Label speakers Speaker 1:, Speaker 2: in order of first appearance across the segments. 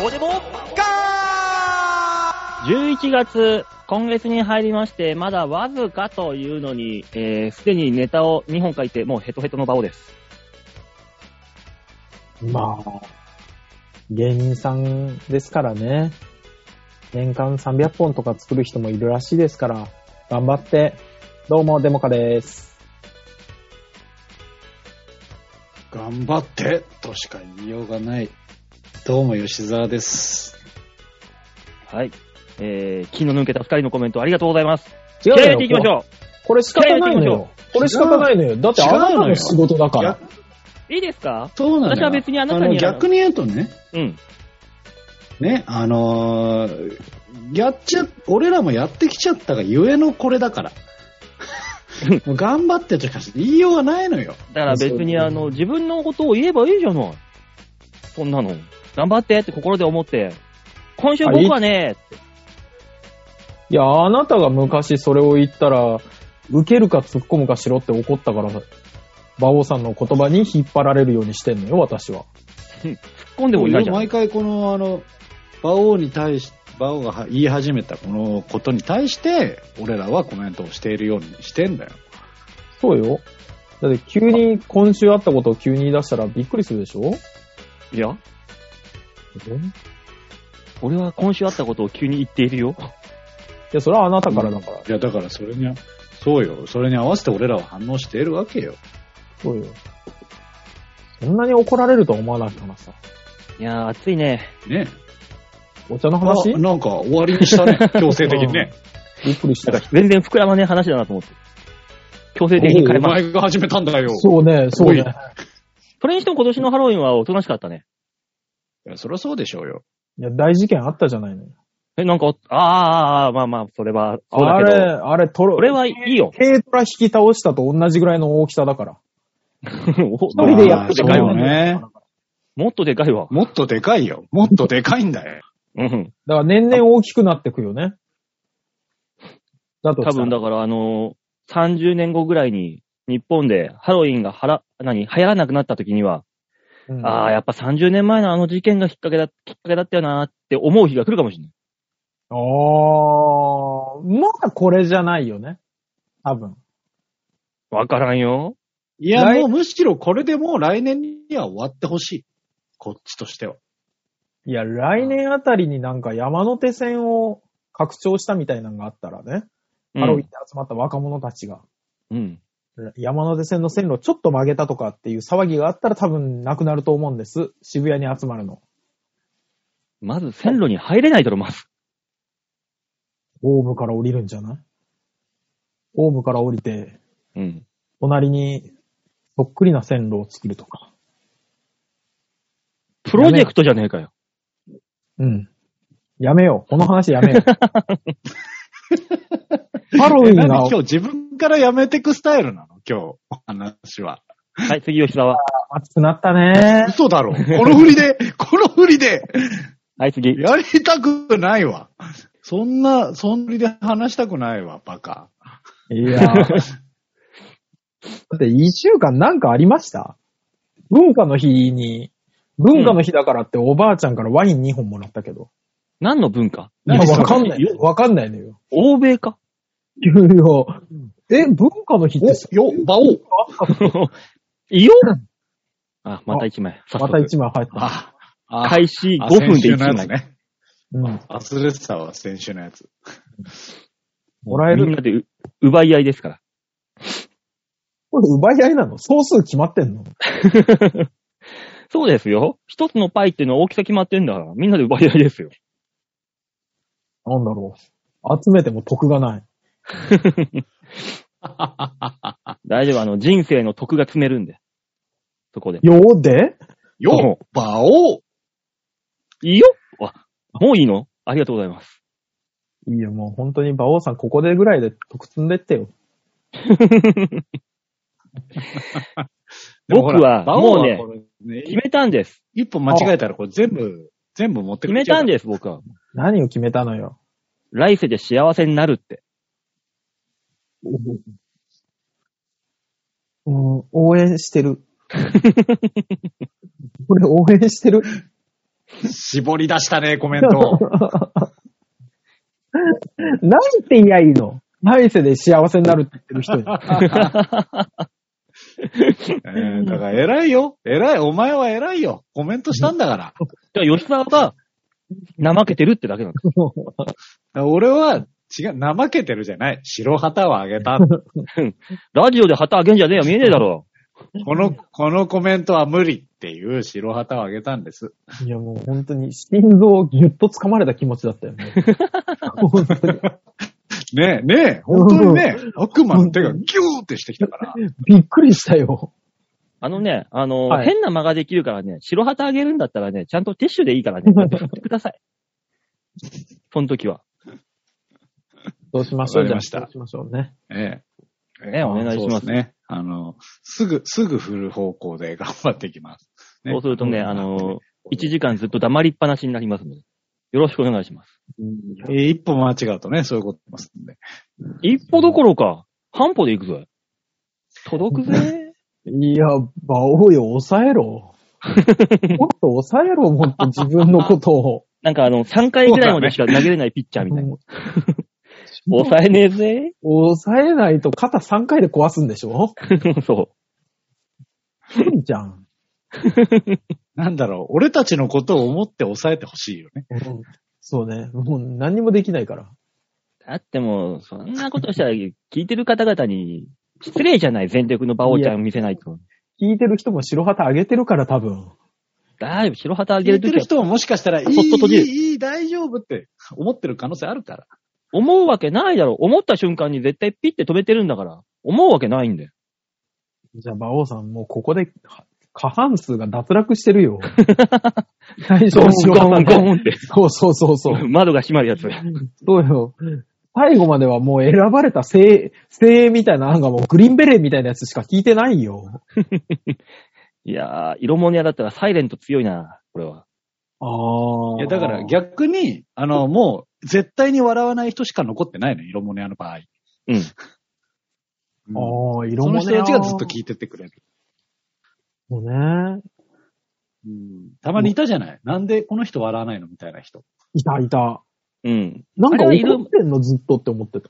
Speaker 1: どうでもガー
Speaker 2: 11月、今月に入りまして、まだわずかというのに、えーすでにネタを2本書いて、もうヘトヘトの場をです。
Speaker 3: まあ、芸人さんですからね。年間300本とか作る人もいるらしいですから、頑張って。どうも、デモカです。
Speaker 4: 頑張ってとしか言いようがない。どうも吉沢です。
Speaker 2: はい。えー、気の抜けた2人のコメントありがとうございます。気
Speaker 3: 違
Speaker 2: 合
Speaker 3: う
Speaker 2: い入れ
Speaker 3: よ
Speaker 2: ていきましょ
Speaker 3: これ仕方ないのよ。これ仕方ないのよ。だってあなたの仕事だから。
Speaker 2: う。いいですか
Speaker 4: そうなのよ
Speaker 2: 私は別にあなたに
Speaker 4: の逆に言うとね、
Speaker 2: うん。
Speaker 4: ね、あのーやっちゃ、俺らもやってきちゃったがゆえのこれだから。 もう頑張ってとしか言いようがないのよ。
Speaker 2: だから別に、あの、自分のことを言えばいいじゃない。そんなの。頑張ってって心で思って。今週僕はね、
Speaker 3: いや、あなたが昔それを言ったら、受けるか突っ込むかしろって怒ったから、馬王さんの言葉に引っ張られるようにしてんのよ、私は。
Speaker 2: 突っ込んでもいないじゃん。
Speaker 4: 毎回この、あの、馬王に対し、馬王がは言い始めたこのことに対して、俺らはコメントをしているようにしてんだよ。
Speaker 3: そうよ。だって急に今週あったことを急に言い出したらびっくりするでしょ
Speaker 2: いや、俺は今週あったことを急に言っているよ。
Speaker 3: いや、それはあなたからだから。
Speaker 4: いや、だからそれに、そうよ。それに合わせて俺らは反応しているわけよ。
Speaker 3: そうよ。そんなに怒られるとは思わないからさ。
Speaker 2: いやー、暑いね。
Speaker 4: ね。
Speaker 3: お茶の話
Speaker 4: あなんか終わりにしたね。強制的にね。
Speaker 3: びっくりした
Speaker 2: なん。か全然膨らまねえ話だなと思って。強制的に変え
Speaker 4: お
Speaker 2: ます。
Speaker 4: 前が始めたんだよ。
Speaker 3: そうね、そう
Speaker 4: お。
Speaker 3: ね
Speaker 2: それにしても今年のハロウィンはおとなしかったね。
Speaker 4: いや、そりゃそうでしょうよ。
Speaker 3: いや、大事件あったじゃないのよ。
Speaker 2: え、なんかお、あーあー、あーまあまあ、それは、そう
Speaker 3: あ
Speaker 2: だ
Speaker 3: れ、
Speaker 2: けど。
Speaker 3: あれ、トロ、
Speaker 2: それはいい よ。
Speaker 3: 軽トラ引き倒したと同じぐらいの大きさだから。
Speaker 2: 一
Speaker 3: 一人でやって
Speaker 2: でかい
Speaker 4: まあ
Speaker 2: わ。
Speaker 4: そうね。
Speaker 2: もっとでかいわ。
Speaker 4: もっとでかいよ。もっとでかいんだよ。
Speaker 2: うん。
Speaker 3: だから年々大きくなってくよね。だと
Speaker 2: 多分
Speaker 3: だ。
Speaker 2: だから、あのー、30年後ぐらいに、日本でハロウィンがはら、何、流行らなくなった時には、
Speaker 3: うん
Speaker 2: ああ、やっぱ30年前のあの事件がきっかけだ、きっかけだったよなーって思う日が来るかもしれない。
Speaker 3: あー、まだこれじゃないよね。多分。
Speaker 2: わからんよ。
Speaker 4: いや、
Speaker 3: 来
Speaker 4: もうむしろこれでもう来年には終わってほしい。こっちとしては。
Speaker 3: いや、来年あたりになんか山手線を拡張したみたいなのがあったらね、
Speaker 2: うん
Speaker 3: ハロウィンで集まった若者たちが、
Speaker 2: うん。
Speaker 3: 山手線の線路をちょっと曲げたとかっていう騒ぎがあったら多分なくなると思うんです。渋谷に集まるの。
Speaker 2: まず線路に入れないだろ、まず。
Speaker 3: オーブから降りるんじゃないオーブから降りて、
Speaker 2: うん。
Speaker 3: 隣にそっくりな線路を作るとか。
Speaker 2: プロジェクトじゃねえかよ。
Speaker 3: うん。やめよう。この話やめよ う。ハロウィン
Speaker 4: え
Speaker 3: が
Speaker 4: 何今日自分からやめてくスタイルなの今日、話は。
Speaker 2: はい、次、吉沢。
Speaker 3: 熱くなったね。
Speaker 4: 嘘だろ。この振りで、この振りで、
Speaker 2: はい、次。
Speaker 4: やりたくないわ。そんな、そんな振りで話したくないわ、バカ。
Speaker 3: いやーだって一週間なんかありました文化の日に、文化の日だからっておばあちゃんからワイン2本もらったけど。
Speaker 2: 何の文化
Speaker 3: いや
Speaker 4: 何それ
Speaker 3: わかんない。わかんないのよ。
Speaker 2: 欧米か
Speaker 3: いやいやえ、文化の日ってさ
Speaker 4: お、よ、馬王。
Speaker 2: いよあ、また一枚。早
Speaker 3: ま
Speaker 2: 速
Speaker 3: た1枚入った。
Speaker 4: あ、あ
Speaker 2: 開始5
Speaker 4: あ
Speaker 2: 分で
Speaker 4: 先週の
Speaker 2: 1
Speaker 4: やつ
Speaker 2: 枚。
Speaker 4: ね。
Speaker 3: うん。
Speaker 4: 忘れてたわ、先週のやつ。
Speaker 3: もらえ
Speaker 2: みん
Speaker 3: る。
Speaker 2: なでう奪い合いですから。
Speaker 3: これ奪い合いなの総数決まってんの
Speaker 2: そうですよ。一つのパイっていうのは大きさ決まってんだから、みんなで奪い合いですよ。
Speaker 3: なんだろう。集めても得がない。
Speaker 2: 大丈夫、あの、人生の徳が詰めるんで。そこで。
Speaker 3: ようで
Speaker 4: よ、馬王。
Speaker 2: いいよあ、もういいのありがとうございます。
Speaker 3: いいよ、もう本当に馬王さんここでぐらいで得積んでってよ。
Speaker 4: でもほら
Speaker 2: 僕は
Speaker 4: 馬王
Speaker 2: もうね
Speaker 4: これね
Speaker 2: 決めたんです。
Speaker 4: 一本間違えたらこれ全部、全部持って
Speaker 2: 決
Speaker 4: くれ
Speaker 2: め
Speaker 4: ちゃ
Speaker 2: た
Speaker 4: うんから。
Speaker 2: です、僕は。
Speaker 3: 何を決めたのよ。
Speaker 2: 来世で幸せになるって。
Speaker 3: うん、応援してる。これ応援してる。
Speaker 4: 絞り出したね、コメン トを。
Speaker 3: なんて言いゃいいの来世で幸せになるって言ってる人に。
Speaker 4: えーだから偉いよ。偉い。お前は偉いよ。コメントしたんだから。
Speaker 2: じゃあ、吉沢が、怠けてるってだけなんです。
Speaker 4: 俺は、違う、怠けてるじゃない。白旗をあげた。
Speaker 2: ラジオで旗あげんじゃねえよ、見えねえだろ。
Speaker 4: この、このコメントは無理っていう白旗をあげたんです。
Speaker 3: いやもう本当に心臓をぎゅっと掴まれた気持ちだったよね。本当に
Speaker 4: ねえ、ねえ、本当にね、悪魔の手がギューってしてきたから。
Speaker 3: びっくりしたよ。
Speaker 2: あのね、あの、
Speaker 3: はい
Speaker 2: 変な間ができるからね、白旗あげるんだったらね、ちゃんとティッシュでいいからね、やってください。その時は。
Speaker 3: どうしましょう
Speaker 4: わかり
Speaker 3: じゃあ。
Speaker 4: ました
Speaker 3: どうしましょうね。
Speaker 4: ええ。
Speaker 2: ねお願いします
Speaker 4: そうですね。あの、すぐ、すぐ振る方向で 頑張っていきます。ね
Speaker 2: そうするとね、あの、1時間ずっと黙りっぱなしになりますので、よろしくお願いします。
Speaker 4: えー一歩間違うとね、そういうことますんで。
Speaker 2: 一歩どころか、半歩で行くぜ。届く ぜ。
Speaker 3: いや、馬王よ、抑えろ。もっと抑えろ、もっと自分のことを。
Speaker 2: なんかあの、3回ぐらいまでしか投げれないピッチャーみたいな。抑えねえぜ。
Speaker 3: 抑えないと肩3回で壊すんでしょ
Speaker 2: そ
Speaker 3: いいじゃん。
Speaker 4: なんだろう、俺たちのことを思って抑えてほしいよね。
Speaker 3: そうね。もう何にもできないから。
Speaker 2: う。だってもう、そんなことしたら、聞いてる方々に、失礼じゃない、全力の馬王ちゃん見せないと。
Speaker 3: 聞いてる人も白旗あげてるから多分。
Speaker 2: だいぶ白旗あげ
Speaker 4: 聞
Speaker 2: る
Speaker 4: いて
Speaker 2: とき
Speaker 4: る
Speaker 2: は、
Speaker 4: 人ももしかしたら、いい、い
Speaker 2: そっと閉じる
Speaker 4: い、いい、大丈夫って思ってる可能性あるから。
Speaker 2: 思うわけないだろ。思った瞬間に絶対ピッて止めてるんだから、思うわけないんだよ。
Speaker 3: じゃあ、馬王さん、もうここでは過半数が脱落し てるよ。最初
Speaker 2: ゴン
Speaker 3: の白
Speaker 2: ゴ
Speaker 3: 旗
Speaker 2: ン
Speaker 3: で
Speaker 2: ゴンって。
Speaker 3: そうそうそうそう。
Speaker 2: 窓が閉まるやつ。
Speaker 3: そうよ。最後まではもう選ばれた精鋭、精鋭みたいな案がもうグリーンベレーみたいなやつしか聞いてないよ。
Speaker 2: いやー、色物屋だったらサイレント強いな、これは。
Speaker 3: ああ。
Speaker 4: いや、だから逆に、あの、もう、絶対に笑わない人しか残ってないの、色物屋の場合。
Speaker 2: うん
Speaker 4: うん。
Speaker 3: ああ、色
Speaker 4: その
Speaker 3: もね。
Speaker 4: 人たちがずっと聞いてってくれる。
Speaker 3: もうね。
Speaker 4: うんたまにいたじゃないなんでこの人笑わないのみたいな人。
Speaker 3: いたいた。
Speaker 2: うん。
Speaker 3: なんか
Speaker 2: あれはいる
Speaker 3: 怒ってんのずっとって思ってた。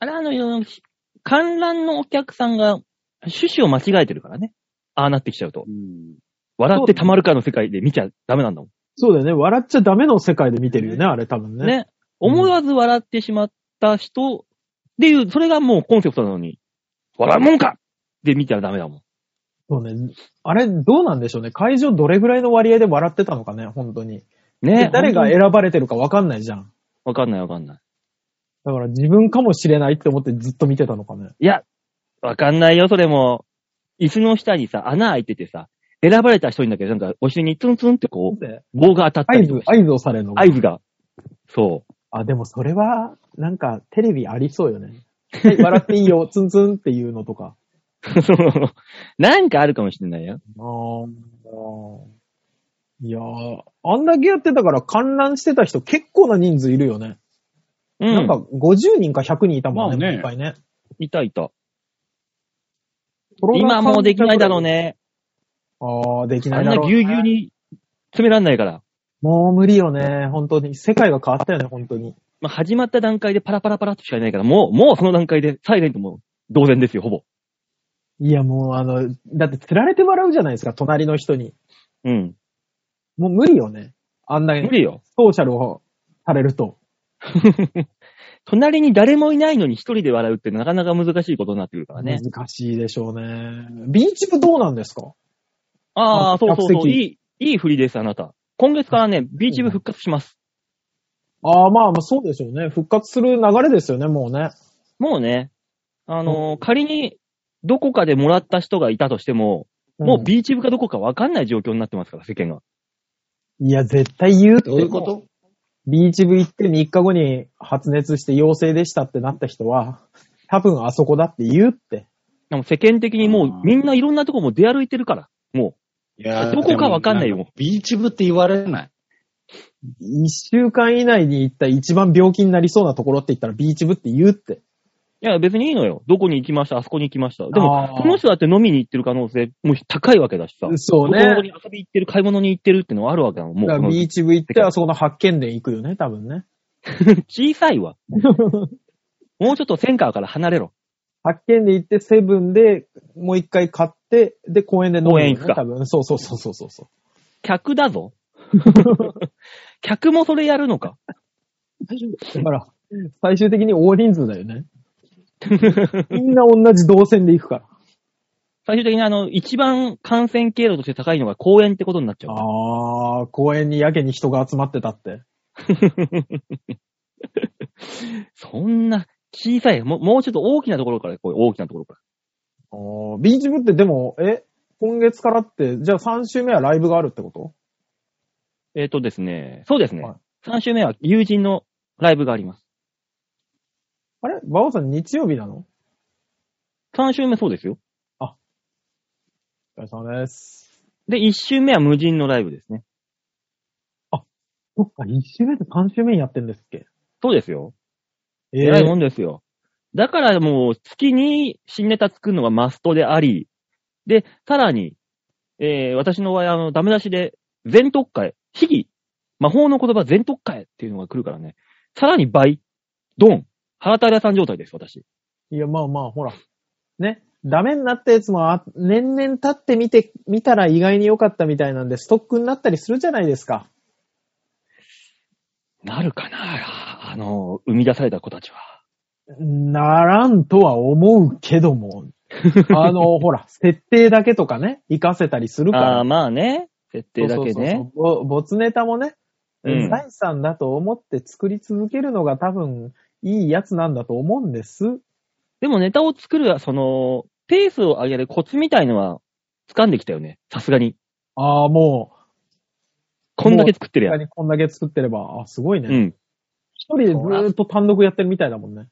Speaker 2: あれ、あの、いろいろ観覧のお客さんが趣旨を間違えてるからね。ああなってきちゃうと。
Speaker 4: うん
Speaker 2: 笑ってたまるかの世界で見ちゃダメなんだも
Speaker 3: そうだよね。笑っちゃダメの世界で見てるよね、あれ多分
Speaker 2: ん。
Speaker 3: ね。
Speaker 2: ね。思わず笑ってしまった人っていう、それがもうコンセプトなのに、笑うもんかで見たらダメだもん。
Speaker 3: そうね。あれ、どうなんでしょうね。会場どれぐらいの割合で笑ってたのかね、本当に。
Speaker 2: ね
Speaker 3: で誰が
Speaker 2: 本当に
Speaker 3: 選ばれてるかわかんないじゃん。
Speaker 2: わかんないわかんない。
Speaker 3: だから自分かもしれないって思ってずっと見てたのかね。
Speaker 2: いや、わかんないよ、それも。椅子の下にさ、穴開いててさ、選ばれた人にだけど、なんか、お尻にツンツンってこ
Speaker 3: で
Speaker 2: う、棒が当たった
Speaker 3: 合
Speaker 2: りと
Speaker 3: 図
Speaker 2: か、して
Speaker 3: 合図をされるの。
Speaker 2: 合図が。そ
Speaker 3: あ、でもそれは、なんかテレビありそうよ ね。はい、笑っていいよ、ツンツンっていうのとか。
Speaker 2: う。その なんかあるかもしれないよ。
Speaker 3: あーあー。いやー、あんだけやってたから観覧してた人結構な人数いるよね。
Speaker 2: うん。
Speaker 3: なんか50人か100人いたもんね、
Speaker 4: まあね
Speaker 3: いっぱいね。
Speaker 2: いたいた。今もうできないだろうね。
Speaker 3: ああ、でき
Speaker 2: あ
Speaker 3: なんいだ
Speaker 2: な
Speaker 3: ろう、
Speaker 2: ぎゅうぎゅう。に詰めらんないから。
Speaker 3: もう無理よね、本当に。世界が変わったよね、本当に。
Speaker 2: まあ、始まった段階でパラパラパラっとしかいないから、もう、もうその段階でサイレントも同然ですよ、ほぼ。
Speaker 3: いや、もうあの、だって釣られて笑うじゃないですか、隣の人に。
Speaker 2: うん。
Speaker 3: もう無理よね。あんな
Speaker 2: 無
Speaker 3: に
Speaker 2: 理よ。
Speaker 3: ソーシャルをされると。
Speaker 2: 隣に誰もいないのに一人で笑うってなかなか難しいことになってくるからね。
Speaker 3: 難しいでしょうね。ビーチ部どうなんですか
Speaker 2: ああ、
Speaker 3: あ
Speaker 2: そうそうそ
Speaker 3: 客
Speaker 2: う。
Speaker 3: 席
Speaker 2: いい、いい振りです、あなた。今月からね、ビーチ部復活します。
Speaker 3: ああ、まあまあそうでしょうね。復活する流れですよね、もうね。
Speaker 2: もうね、あのー仮に、どこかでもらった人がいたとしても、もうビーチ部かどこかわかんない状況になってますから、世間が。
Speaker 3: うん、いや、絶対言うって。
Speaker 4: どういうこと
Speaker 3: ビーチ部行って3日後に発熱して陽性でしたってなった人は、多分あそこだって言うって。
Speaker 2: でも世間的にも
Speaker 4: あ
Speaker 2: う、
Speaker 4: ー
Speaker 2: みんないろんなとこも出歩いてるから。も
Speaker 4: いや
Speaker 2: どこかわかんないよ。
Speaker 4: でもビーチ部って言われない。
Speaker 3: 1週間以内に行った一番病気になりそうなところって言ったらビーチ部って言うって。
Speaker 2: や、別にいいのよ。どこに行きましたあそこに行きました。でも、
Speaker 3: も
Speaker 2: この人だって飲みに行ってる可能性、もう高いわけだしさ。
Speaker 3: そう
Speaker 2: どこどこ
Speaker 3: ね
Speaker 2: に。遊び行ってる、買い物に行ってるってのはあるわけだもん。もう
Speaker 3: だか
Speaker 2: この、
Speaker 3: らビーチ部行って、あそこの発見殿行くよね、多分ね。
Speaker 2: 小さいわ。もうちょっとセンカーから離れろ。
Speaker 3: 発見で行って、セブンで、もう一回買って、で、公園で飲むよね、
Speaker 2: 公園行くか
Speaker 3: 多分。そうそうそうそうそうそ
Speaker 2: 客だ ぞ。客もそれやるのか。
Speaker 3: う。だから、最終的に大人数だ よね。みんな同じ動線で行くから。
Speaker 2: 最終的にあの、一番感染経路として高いのが公園ってことになっちゃう。
Speaker 3: あー、公園にやけに人が集まってたって。
Speaker 2: そんな小さい、もうもうちょっと大きなところから、こう大きなところか
Speaker 3: あー、ビーチ部ってでも、え、今月からって、じゃあ3週目はライブがあるってこと
Speaker 2: ら。えっ、とですね、そうですね。
Speaker 3: はい
Speaker 2: 3週目は友人のライブがあります。
Speaker 3: あれバオさん日曜日なの
Speaker 2: 3週目そうですよ。
Speaker 3: お疲れ様です。
Speaker 2: で、1週目は無人のライブですね。
Speaker 3: そっか、1週目と3週目にやってんですっけ
Speaker 2: そうですよ。
Speaker 3: え
Speaker 2: 偉いも
Speaker 3: ー、
Speaker 2: んですよ。だからもう、月に新ネタ作るのがマストであり、で、さらに、えー、私の場合、あの、ダメ出しで、全特会、秘技、魔法の言葉全特会っていうのが来るからね、さらに倍、ドン、原平さん状態です、私。
Speaker 3: いや、まあまあ、ほら。ね。ダメになったやつも、あ年々経ってみて、見たら意外に良かったみたいなんで、ストックになったりするじゃないですか。
Speaker 2: なるかなあの、生み出された子たちは。
Speaker 3: ならんとは思うけど も。あの、ほら、設定だけとかね、活かせたりするから。
Speaker 2: ああー、まあね。設定だけね。
Speaker 3: そうそうそうそう。ぼ没ネタもね、
Speaker 2: うん
Speaker 3: 財産だと思って作り続けるのが多分いいやつなんだと思うんです。
Speaker 2: でもネタを作る、その、ペースを上げるコツみたいのは、掴んできたよね。さすがに。
Speaker 3: ああ、も
Speaker 2: こんだけ作って
Speaker 3: う、
Speaker 2: るや
Speaker 3: 他
Speaker 2: ん。
Speaker 3: にこんだけ作ってれば、あすごいね。
Speaker 2: うん。
Speaker 3: 一人でずーっと単独やってるみたいだもんね。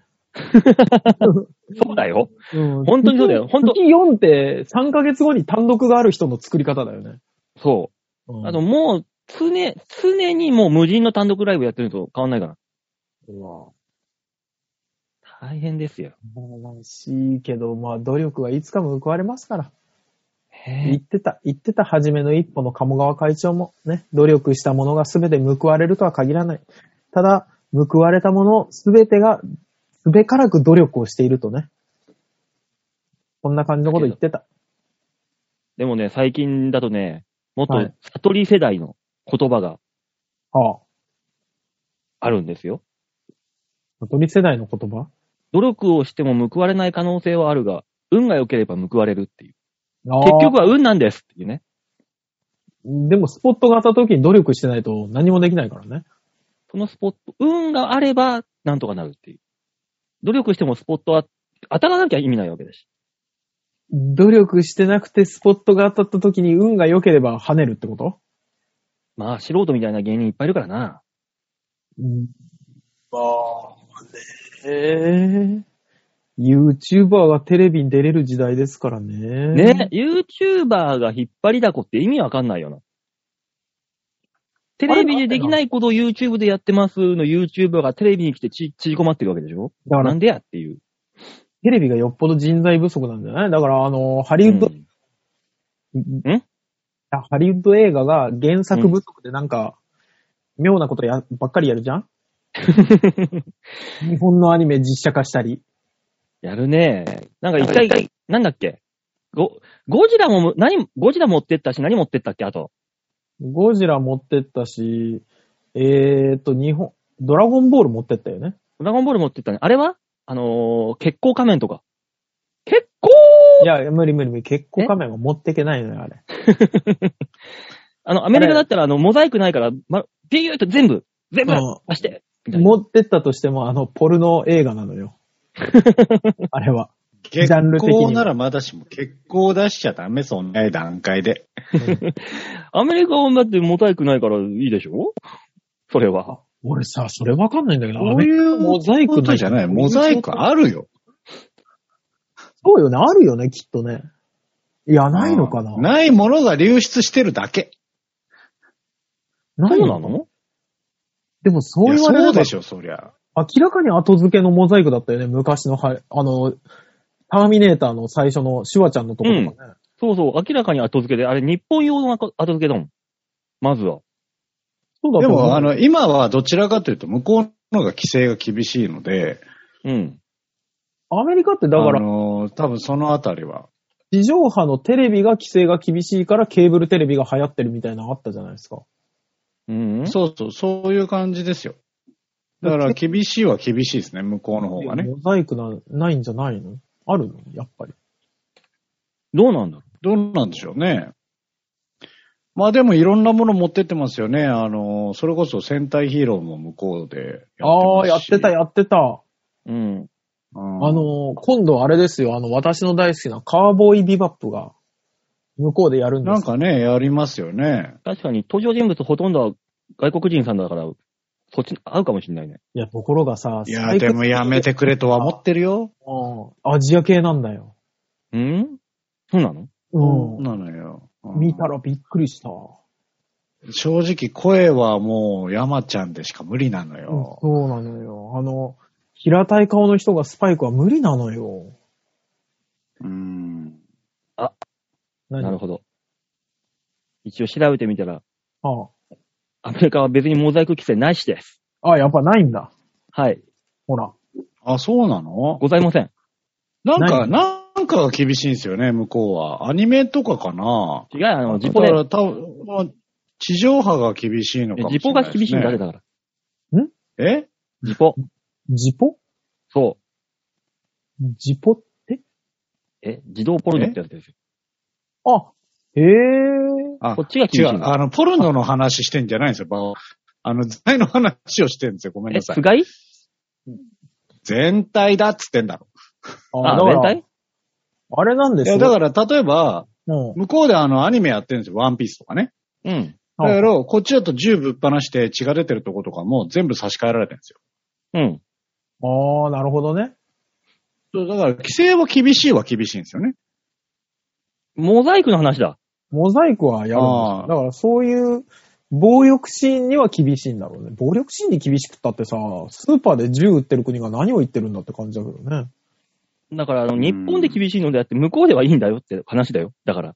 Speaker 2: そうだよ。
Speaker 3: うん
Speaker 2: 本当にそうだよ本当
Speaker 3: 月4って3ヶ月後に単独がある人の作り方だよね。
Speaker 2: そうう。
Speaker 3: ん
Speaker 2: あともう、常、常にもう無人の単独ライブやってるのと変わんないから。
Speaker 3: うわ
Speaker 2: 大変ですよ。
Speaker 3: 悲しいけど、まあ努力はいつか報われますから。
Speaker 2: へ
Speaker 3: 言ってた、言ってた初めの一歩の鴨川会長もね、努力したものが全て報われるとは限らない。ただ、報われたもの全てが、すべからく努力をしているとね。こんな感じのこと言ってた。
Speaker 2: でもね、最近だとね、もっと
Speaker 3: はい
Speaker 2: 悟り世代の言葉が
Speaker 3: はあ。
Speaker 2: あるんですよ。
Speaker 3: 悟り世代の言葉
Speaker 2: 努力をしても報われない可能性はあるが、運が良ければ報われるっていう。
Speaker 3: 結
Speaker 2: 結局は運なんですっていうね。
Speaker 3: でもスポットが当たった時に努力してないと何もできないからね。
Speaker 2: そのスポット、運があれば、なんとかなるっていう。努力してもスポットは当たらなきゃ意味ないわけだし。
Speaker 3: 努力してなくてスポットが当たった時に運が良ければ跳ねるってこと
Speaker 2: まあ、素人みたいな芸人いっぱいいるからな。
Speaker 3: うん。まあね。YouTuber がテレビに出れる時代ですからね。
Speaker 2: ね、YouTuber が引っ張りだこって意味わかんないよな。テレビでできないことを YouTube でやってますの YouTuber がテレビに来てち、縮こまってるわけでしょ
Speaker 3: だか
Speaker 2: な
Speaker 3: ら
Speaker 2: んでやっていう。
Speaker 3: テレビがよっぽど人材不足なんじゃないだからあの、ハリウッド、
Speaker 2: うん
Speaker 3: んハリウッド映画が原作不足でなんか、妙なことや、ばっかりやるじゃ ん日本のアニメ実写化したり。
Speaker 2: やるね。なんか一回、なんだっけゴ、ゴジラも、何、ゴジラ持ってったし、何持ってったっけあと。
Speaker 3: ゴジラ持ってったし、えーっと、日本、ドラゴンボール持ってったよね。
Speaker 2: ドラゴンボール持ってったね。あれはあのー、結構仮面とか。結構
Speaker 3: いや、無理無理無理。結構仮面は持ってけないのよ、あれ。
Speaker 2: あの、アメリカだったらあの、モザイクないから、ま、ビューって全部、全部
Speaker 3: うん
Speaker 2: 出して、みたいな。
Speaker 3: 持ってったとしても、あの、ポルノ映画な のよ。あれは。
Speaker 4: 結
Speaker 3: ジャンル的に
Speaker 4: 構ならまだしも、結構出しちゃダメ、そんな段階で。
Speaker 2: アメリカはだってモザイクないからいいでしょそれは。
Speaker 3: 俺さ、それわかんないんだけど、
Speaker 4: こ
Speaker 3: あ
Speaker 4: う
Speaker 3: れ
Speaker 4: いう
Speaker 3: モザイク
Speaker 4: ことじゃない。モザイクあるよ。
Speaker 3: そうよね、あるよね、きっとね。いや、ないのかな
Speaker 4: うんないものが流出してるだけ。
Speaker 3: な
Speaker 2: そ
Speaker 3: いう
Speaker 2: なの
Speaker 3: でもそう
Speaker 4: いや
Speaker 3: 言われ
Speaker 4: そ
Speaker 3: れ
Speaker 4: う
Speaker 3: ば
Speaker 4: で、しょ、そりゃ。
Speaker 3: 明らかに後付けのモザイクだったよね、昔の、はい、あの、ターミネーターの最初のシュワちゃんのとことかね。
Speaker 2: そうそう、明らかに後付けで、あれ日本用の後後付けだもん。まずは。
Speaker 3: そうだ
Speaker 4: で
Speaker 3: と思う
Speaker 4: も、あの、今はどちらかというと、向こうの方が規制が厳しいので、
Speaker 2: うん。
Speaker 3: アメリカってだか
Speaker 4: あ
Speaker 3: ら、
Speaker 4: のー多分そのあたりは。
Speaker 3: 地上波のテレビが規制が厳しいからケーブルテレビが流行ってるみたいなのあったじゃないですか。
Speaker 2: うん。
Speaker 4: そうそう、そういう感じですよ。だから、厳しいは厳しいですね、向こうの方がね。
Speaker 3: モザイクな、ないんじゃないのあるのやっぱり。
Speaker 2: どうなんだろ
Speaker 4: どうなんでしょうね。まあでもいろんなもの持ってってますよね。あのー、それこそ戦隊ヒーローも向こうでや
Speaker 3: ああー、やっ
Speaker 4: し
Speaker 3: てた、。やってた。
Speaker 2: う。うん。
Speaker 4: うん
Speaker 3: あのー、今度あれですよ、あの、私の大好きなカーボーイビバップが、向こうでやるんで
Speaker 4: なん
Speaker 3: すよ
Speaker 4: かね、やりますよね。
Speaker 2: 確かに登場人物ほとんどは外国人さんだから、そっち合うかもしれないね。
Speaker 3: いや、ところがさ、
Speaker 4: いや、でもやめてくれとは思ってるよ。
Speaker 3: うんアジア系なんだよ。
Speaker 2: うんそうなの
Speaker 3: うん。
Speaker 4: なのよ。うん
Speaker 3: 見たらびっくりした。
Speaker 4: 正直声はもう山ちゃんでしか無理なの
Speaker 3: うん
Speaker 4: よ。
Speaker 3: そうなのよ。あの、平たい顔の人がスパイクは無理なのよ。
Speaker 4: うん。
Speaker 3: 何
Speaker 2: なる
Speaker 3: あ
Speaker 2: ほど。一応調べてみたら、
Speaker 3: あ
Speaker 2: アメリカは別にモザイク規制ないしです。
Speaker 3: ああ、やっぱないんだ。
Speaker 2: はい。
Speaker 3: ほら。
Speaker 4: あ、そうなの
Speaker 2: ございません。
Speaker 4: なん
Speaker 3: な
Speaker 4: か、
Speaker 3: い
Speaker 4: なんかが厳しいんですよね、向こうは。アニメとかかな
Speaker 2: 違う、あの、ジ
Speaker 4: だ
Speaker 2: ポ
Speaker 4: か
Speaker 2: で。
Speaker 4: ら多分、まあ地上波が厳しいのかもし
Speaker 2: ジ
Speaker 4: れ
Speaker 2: ポ
Speaker 4: な
Speaker 2: が
Speaker 4: いです、
Speaker 2: 厳
Speaker 4: ね。
Speaker 2: しいんだけだから。
Speaker 4: え
Speaker 2: ジポ。
Speaker 3: ジポ
Speaker 2: そ
Speaker 3: ジポって
Speaker 2: う。え、自動ポルノってやつですよ。
Speaker 3: あ、へえ。
Speaker 4: あ
Speaker 2: こっ、ちが
Speaker 4: 違
Speaker 2: 厳しいん
Speaker 4: う。
Speaker 2: だ。
Speaker 4: あの、ポルノの話してんじゃないんですよ、バオ。あの、全体の話をしてんですよ。ごめん
Speaker 2: え、
Speaker 4: なさい
Speaker 2: つ。がい
Speaker 4: 全体だっつってんだろ。
Speaker 2: あ、
Speaker 3: だか
Speaker 2: 全
Speaker 3: ら
Speaker 2: 体
Speaker 3: あれなんで
Speaker 4: い
Speaker 3: すよ。
Speaker 4: や、だから、例えば、
Speaker 3: うん。
Speaker 4: 向こうであの、アニメやってるんですよ。ワンピースとかね。
Speaker 2: うん。
Speaker 4: だけど、こっちだと銃ぶっ放して血が出てるとことかも全部差し替えられてるんですよ。
Speaker 2: うん。
Speaker 3: ああ、なるほどね。
Speaker 4: そうだから、規制は厳しいは厳しいんですよね。
Speaker 2: モザイクの話だ。
Speaker 3: モザイクはやるん
Speaker 4: あ
Speaker 3: だ
Speaker 4: あ
Speaker 3: だからそういう暴力シーンには厳しいんだろうね。暴力シーンに厳しくったってさ、スーパーで銃撃ってる国が何を言ってるんだって感じだけどね。
Speaker 2: だから、あの、日本で厳しいのであって、向こうではいいんだよって話だよ。だから。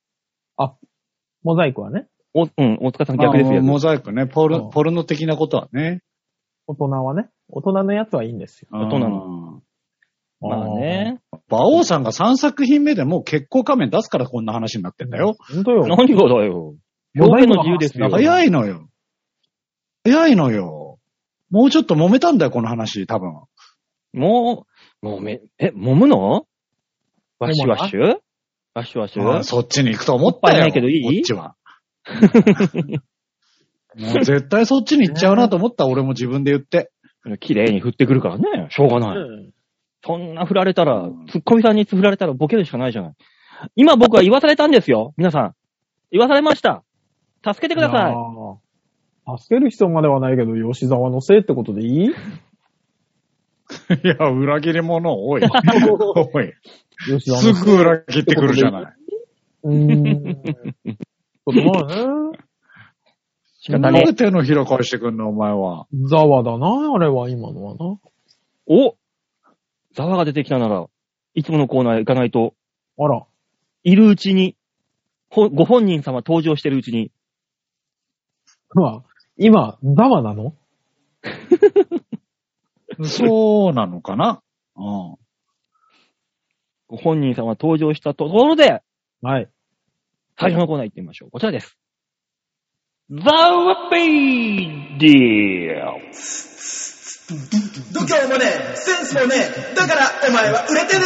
Speaker 3: モザイクはね。
Speaker 2: お、うん、大塚さん逆です
Speaker 4: あ
Speaker 2: よ
Speaker 4: の。モザイクね、ポル
Speaker 3: うん
Speaker 4: ポルノ的なことはね。
Speaker 3: 大人はね。大人のやつはいいんですよ。
Speaker 4: 大
Speaker 2: 人な
Speaker 4: の。
Speaker 2: まあね。
Speaker 4: 馬王さんが3作品目でもう結構仮面出すからこんな話になってんだよ。
Speaker 3: あー。本当よ。
Speaker 2: 何がだよ。
Speaker 3: モザ
Speaker 2: 表
Speaker 3: イ
Speaker 2: 現
Speaker 3: ク
Speaker 2: の自由ですよ。
Speaker 4: 早いのよ。早いのよ。もうちょっと揉めたんだよ、この話、多分。
Speaker 2: もう、もうめ、え、揉むのワシワシュワシワシ
Speaker 4: あ
Speaker 2: ュ
Speaker 4: あそっちに行くと思った
Speaker 2: おっぱい
Speaker 4: よ。
Speaker 2: ないけどいい
Speaker 4: こっち は。もう絶対そっちに行っちゃうなと思った、俺も自分で言って。
Speaker 2: 綺麗に振ってくるからね。しょうがない。
Speaker 3: うん
Speaker 2: そんな振られたら
Speaker 4: うん、
Speaker 2: ツッコミさんに振られたらボケるしかないじゃない。今僕は言わされたんですよ。皆さん。言わされました。助けてください。
Speaker 3: あー助ける必要まではないけど、吉沢のせいってことでいい
Speaker 4: いや、裏切り者 多い。多い。
Speaker 3: 吉沢
Speaker 4: す
Speaker 3: のせい。
Speaker 4: ぐ裏切ってくるじゃない。
Speaker 3: うーん。そうだね。
Speaker 2: 仕方
Speaker 4: な
Speaker 2: ね
Speaker 4: んで手のひら返してくんの、お前は。
Speaker 3: ざわだな、あれは今のはな。
Speaker 2: え。おザワが出てきたなら、いつものコーナー行かないと、
Speaker 3: あら。
Speaker 2: いるうちに、ほご本人様登場してるうちに、
Speaker 3: まあ、今、ざわなの
Speaker 4: そうなのかな。うん。
Speaker 2: ご本人様登場したところで、
Speaker 3: はい。
Speaker 2: 最初のコーナー行ってみましょう。こちらです。ザワペイディー
Speaker 1: 度胸もねえ、センスもねえ、だからお前は売れてね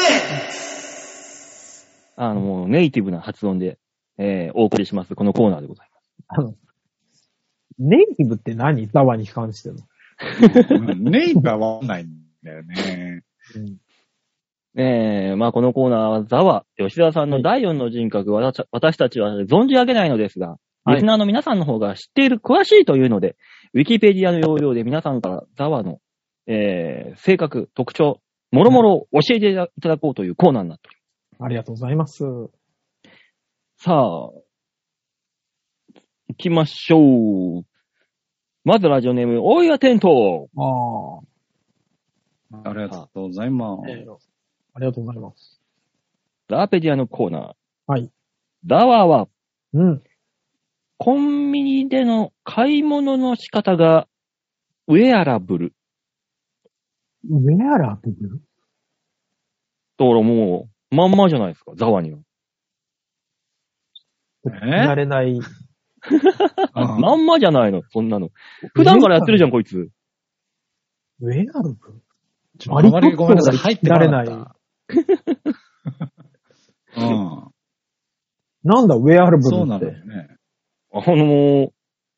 Speaker 2: あの、もうネイティブな発音で、えー、お送りします。このコーナーでございます。
Speaker 3: あの、ネイティブって何ざわに関しての。
Speaker 4: うんネイバーは合わないんだよね。
Speaker 2: えー、まあこのコーナーはザワ、吉田さんの第4の人格、わた私たちは存じ上げないのですが、
Speaker 3: はい
Speaker 2: リスナーの皆さんの方が知っている、詳しいというので、ウィキペディアの要領で皆さんからザワの、えー、性格、特徴、もろもろを教えていただこうというコーナーになっております
Speaker 3: ありがとうございます。は
Speaker 2: さあ、行きましょう。まずラジオネーム、大岩テント。
Speaker 3: あ。
Speaker 4: ありがとうございます。
Speaker 3: ありがとうございます。
Speaker 2: ラーペディアのコーナー。
Speaker 3: はい。
Speaker 2: ダワーは、
Speaker 3: うん。
Speaker 2: コンビニでの買い物の仕方が、ウェアラブル。
Speaker 3: ウェアラブル
Speaker 2: だからもう、まんまじゃないですか、ザワには。
Speaker 3: 慣れない。
Speaker 4: うん
Speaker 2: まんまじゃないの、そんなの。普段からやってるじゃん、こいつ。
Speaker 3: ウェアラブル
Speaker 4: ちょあまりごめんなさい、入ってこな
Speaker 3: 慣れ
Speaker 4: か った。うん。
Speaker 3: なんだ、ウェアラブルって。
Speaker 4: そうなのよね。
Speaker 2: あの、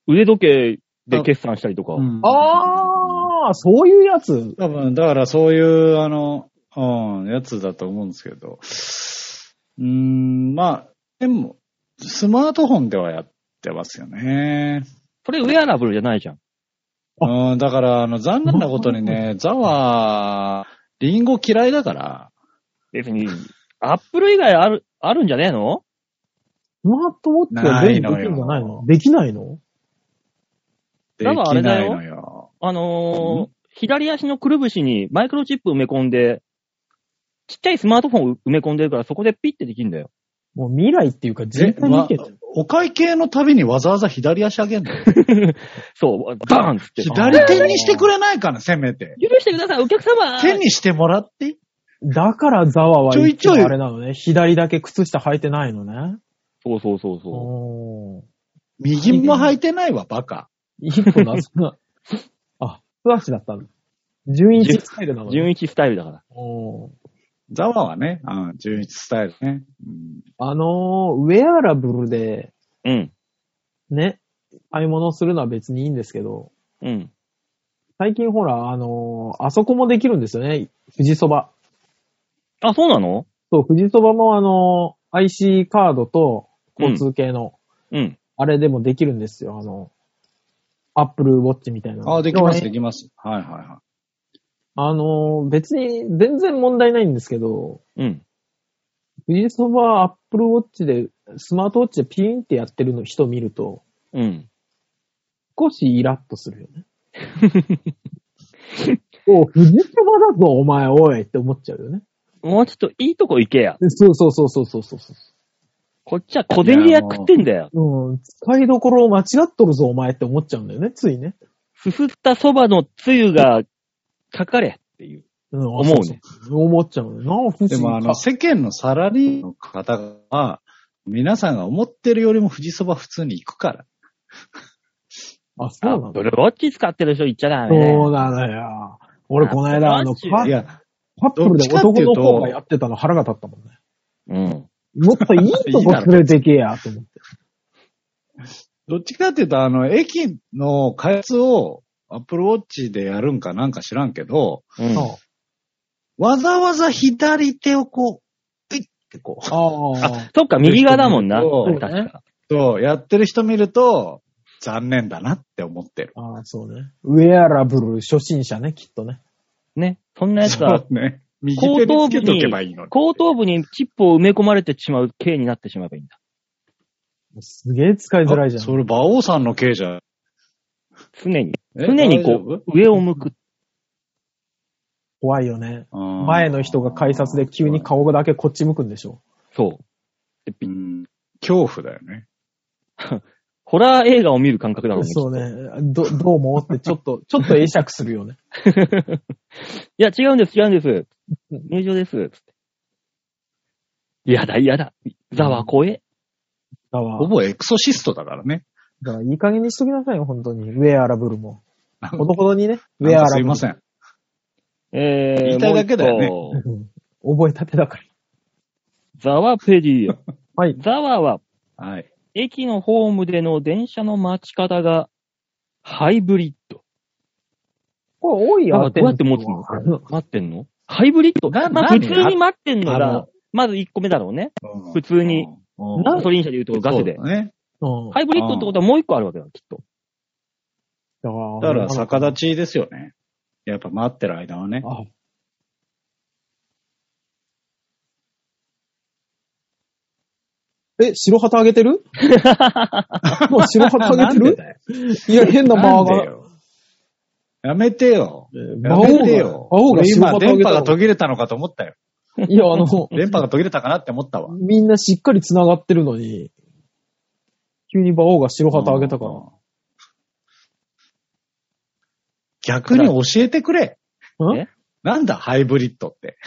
Speaker 2: 腕時計で決算したりとか。
Speaker 4: うん
Speaker 3: あー、そういうやつ。
Speaker 4: 多分、だからそういう、あの、うん、やつだと思うんですけど。うーん、まあ、でも、スマートフォンではやってますよね。
Speaker 2: それウェアラブルじゃないじゃん。
Speaker 4: うん、だから、あの、残念なことに ね、ザワー、リンゴ嫌いだから、
Speaker 2: 別に、アップル以外ある、あるんじゃねえの
Speaker 3: スマートウォッチは全部できるんじゃないのできないの
Speaker 4: できないのよ。
Speaker 2: あのー左足のくるぶしにマイクロチップ埋め込んで、ちっちゃいスマートフォンを埋め込んでるからそこでピッてできるんだよ。
Speaker 3: もう未来っていうか人
Speaker 4: え
Speaker 3: 体にいけちゃう。
Speaker 4: お会計のたびにわざわざ左足上げんの
Speaker 2: そう、バーンっつって。
Speaker 4: 左手にしてくれない かな、せめて。
Speaker 2: 許してください、お客様
Speaker 4: 手にしてもらって
Speaker 3: だからザワは
Speaker 4: ちょいちょい
Speaker 3: つもあれなのね。左だけ靴下履いてないのね。
Speaker 2: そうそうそうそ
Speaker 3: おー。
Speaker 4: 右も履いてないわ、バカ。
Speaker 3: 一個な、そんな。あ、素足だったの。順一スタイルなの
Speaker 2: う。
Speaker 3: ね。
Speaker 2: 純一スタイルだから。
Speaker 3: おー
Speaker 4: ザワはね、うん、11スタイルね。うん
Speaker 3: あのー、ウェアラブルで、
Speaker 2: うん。
Speaker 3: ね、買い物するのは別にいいんですけど、
Speaker 2: うん。
Speaker 3: 最近ほら、あのーあそこもできるんですよね。富士そば。
Speaker 2: あ、そうなの
Speaker 3: そう、富士そばもあのー IC カードと交通系の、
Speaker 2: うん。
Speaker 3: あれでもできるんですよ。あの、アップルウォッチみたいな。
Speaker 4: あ、できます、
Speaker 3: も
Speaker 4: で
Speaker 3: ね
Speaker 4: きます。はいはいは
Speaker 3: あのー別に全然問題ないんですけど、
Speaker 2: うん。
Speaker 3: 富士そばアップルウォッチで、スマートウォッチでピーンってやってるの人見ると、
Speaker 2: うん。
Speaker 3: 少しイラッとするよね。お、富士そばだぞ、お前、おいって思っちゃうよね。
Speaker 2: もうちょっといいとこ行けや。
Speaker 3: そうそうそうそうそうそうそ
Speaker 2: こっちは小銭で食ってんだよ。
Speaker 3: う。うん、使いどころを間違っとるぞ、お前って思っちゃうんだよね、ついね。
Speaker 2: すすったそばのつゆがかかれっていう。
Speaker 3: うん、
Speaker 2: 思うね
Speaker 3: そうそう思っちゃうね。なあ、富
Speaker 4: い。
Speaker 3: 士
Speaker 4: で
Speaker 3: そ
Speaker 4: も、
Speaker 3: ば
Speaker 4: あの、世間のサラリーの方は、皆さんが思ってるよりも富士そば普通に行くから。
Speaker 3: あ、そうな
Speaker 2: あ、
Speaker 3: んだ
Speaker 2: ブルーウォッチ使ってる人行っちゃダメね。
Speaker 3: そうなのよ。俺、この間、あの、
Speaker 2: あそう
Speaker 3: パ
Speaker 4: いや、
Speaker 3: カップルで男の方がやってたの腹が立ったもんね。
Speaker 2: うん。
Speaker 3: もっといいとこ連れてけや、と思って。
Speaker 4: どっちかっていうと、あの、駅の開発をアップルウォッチでやるんかなんか知らんけど、
Speaker 2: うん。
Speaker 3: そ
Speaker 4: わざわざ左手をこう、ういってこう、
Speaker 3: うああ。
Speaker 2: そっか、右側だもんな。
Speaker 4: そう
Speaker 2: 確か。
Speaker 4: そうやってる人見ると、残念だなって思ってる。
Speaker 3: ああ、そうね。ウェアラブル初心者ね、きっとね。
Speaker 2: ね。そんなやつ
Speaker 4: そ
Speaker 2: は、
Speaker 4: うね。右手につけとけばいいのに。
Speaker 2: 後頭部にチップを埋め込まれてしまう系になってしまえばいいんだ。
Speaker 3: すげえ使いづらいじゃ
Speaker 4: あ
Speaker 3: ん。
Speaker 4: それ、馬王さんの刑じゃん。
Speaker 2: 常に。
Speaker 4: え
Speaker 2: 常にこう、上を向く。
Speaker 3: 怖いよね。
Speaker 4: うん
Speaker 3: 前の人が改札で急に顔だけこっち向くんでしょ。
Speaker 2: そう。
Speaker 4: うん恐怖だよね。
Speaker 2: ホラー映画を見る感覚だろうね。
Speaker 3: そうね。ど、どうもって、ちょっと、ちょっと会釈するよね。
Speaker 2: いや、違うんです、違うんです。入場です。つっていやだ、いやだ。ザワ怖え。
Speaker 3: だ
Speaker 4: ほ
Speaker 3: わ。
Speaker 4: ぼエクソシストだからね。
Speaker 3: だからいい加減にしときなさいよ、本当に。ウェアラブルも。ほどほどにね。ウェ
Speaker 4: な
Speaker 3: ア
Speaker 4: んか
Speaker 3: ラブル。
Speaker 4: すいません。
Speaker 2: えー、
Speaker 4: 言いたいだけだよね
Speaker 2: もう一
Speaker 3: うん。覚えたてだから。
Speaker 2: 個。ザワペディア。
Speaker 3: はい。
Speaker 2: ザワは、
Speaker 4: はい。
Speaker 2: 駅のホームでの電車の待ち方が、ハイブリッド。
Speaker 3: これ多い
Speaker 2: あ
Speaker 3: よ。
Speaker 2: どうやって持つの待ってんのハイブリッド
Speaker 4: な
Speaker 2: まあ、普
Speaker 4: 何
Speaker 2: 通に待ってんの
Speaker 4: あ
Speaker 2: が
Speaker 4: の、
Speaker 2: まず1個目だろうね。
Speaker 4: うん
Speaker 2: 普通に。
Speaker 4: うん
Speaker 2: ガソリン車で言うとガスで
Speaker 4: そ。うだね。
Speaker 3: うん。
Speaker 2: ハイブリッドってことはもう1個あるわけだ、きっと。
Speaker 3: だか
Speaker 4: だから逆立
Speaker 3: ち。
Speaker 4: ちですよね。やっぱ待ってる間はね。
Speaker 3: あえ、白旗あげ てるもう白旗あげ
Speaker 4: な
Speaker 3: てる
Speaker 4: んでだよ
Speaker 3: いや、変な間
Speaker 4: なんで
Speaker 3: が。
Speaker 4: よやめてよ。や
Speaker 3: 馬王
Speaker 4: め
Speaker 3: が
Speaker 4: てよ。、
Speaker 3: 馬王が
Speaker 4: 俺
Speaker 3: 仕
Speaker 4: 今、
Speaker 3: 事
Speaker 4: 電
Speaker 3: げた
Speaker 4: 波が
Speaker 3: の
Speaker 4: 途切れたのかと思ったよ。
Speaker 3: いや、あの、
Speaker 4: 電波が途切れたかなって思ったわ。
Speaker 3: みんなしっかり繋がってるのに、急に馬王が白旗あげたから。
Speaker 4: 逆に教えてくれ。
Speaker 3: ん
Speaker 2: え
Speaker 4: なんだ、ハイブリッドって。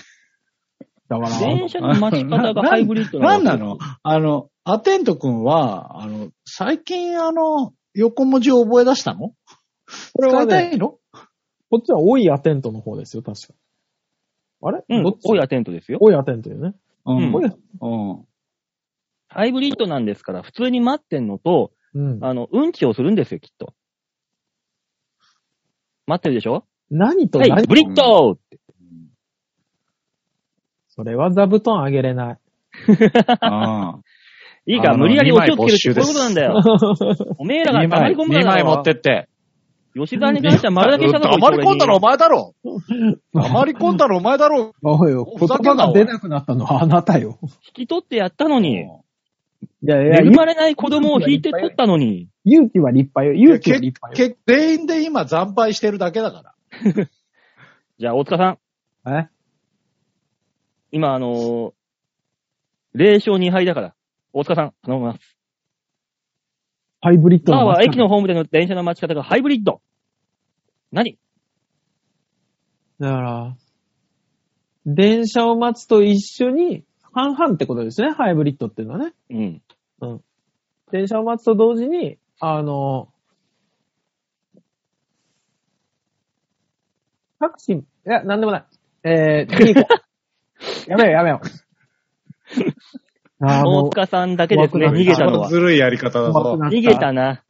Speaker 3: だから、
Speaker 2: 電車の待ち方がハイブリッド
Speaker 4: なん
Speaker 2: わ
Speaker 4: な
Speaker 2: け
Speaker 4: のあの、アテント君は、あの、最近、あの、横文字を覚え出したの
Speaker 3: これ
Speaker 4: 使
Speaker 3: はい
Speaker 4: た
Speaker 3: ね、
Speaker 4: いの
Speaker 3: こっちは多いアテントの方ですよ、確か。あれ
Speaker 2: うん
Speaker 3: どっ、ち
Speaker 2: 多いアテントですよ。
Speaker 3: 多いアテントよね。
Speaker 4: う
Speaker 2: うん
Speaker 4: ん。
Speaker 3: 多い
Speaker 4: うん。
Speaker 2: ハイブリッドなんですから、普通に待ってんのと、
Speaker 3: うん。
Speaker 2: あの、うんちをするんですよ、きっと。待ってるでしょ
Speaker 3: 何と
Speaker 2: はい
Speaker 3: 何、、
Speaker 2: ブリッドって。
Speaker 3: それは座布団あげれない。
Speaker 4: あ
Speaker 2: いいか、
Speaker 4: あの
Speaker 2: 無理やりお気をつけるって
Speaker 4: 二枚没収で
Speaker 2: こういうこ
Speaker 4: す
Speaker 2: となんだよ。 おめえら
Speaker 4: あ。
Speaker 2: が
Speaker 4: 2
Speaker 2: 黙
Speaker 4: 枚、
Speaker 2: り込む
Speaker 4: 二
Speaker 2: から
Speaker 4: 枚
Speaker 2: だ
Speaker 4: 持っ
Speaker 2: ろ
Speaker 4: て。って。
Speaker 2: 吉沢に関しては丸投げしたとこ
Speaker 4: 黙り込んだの
Speaker 2: ろ
Speaker 4: お前だろ黙り込んだのお前だろ
Speaker 3: おいよ、
Speaker 4: ふ
Speaker 3: 言
Speaker 4: ざけ
Speaker 3: 葉
Speaker 4: んな
Speaker 3: が出なくなったのはあなたよ。
Speaker 2: 引き取ってやったのに、
Speaker 3: いやい
Speaker 2: 恵まれない子供を引いて取ったのに、
Speaker 3: 勇気は立派よ。
Speaker 4: いや
Speaker 3: 勇気は
Speaker 4: け
Speaker 3: 立派よ。
Speaker 4: け全員で今惨敗してるだけだから。
Speaker 2: じゃあ、大塚さん、
Speaker 3: え
Speaker 2: 今、あのー、0勝2敗だから、大塚さん、頼みます。
Speaker 3: ハイブリッド
Speaker 2: 今
Speaker 3: の
Speaker 2: は
Speaker 3: 街
Speaker 2: 駅のホームでの電車の待ち方がハイブリッド。何
Speaker 3: だから、電車を待つと一緒に、半々ってことですね、ハイブリッドっていうのはね。
Speaker 2: うん。
Speaker 3: 電車を待つと同時に、あの、タクシー、いや、なんでもない。えー、次 行こう。やめよう、やめ よう。あー
Speaker 2: 大
Speaker 3: もう
Speaker 2: 塚さんだけですね、
Speaker 3: 怖くな
Speaker 2: 逃
Speaker 3: る
Speaker 2: げたのは。
Speaker 4: ずるいやり方だ
Speaker 3: 怖
Speaker 4: ぞ
Speaker 3: く。なった。
Speaker 2: 逃げたな。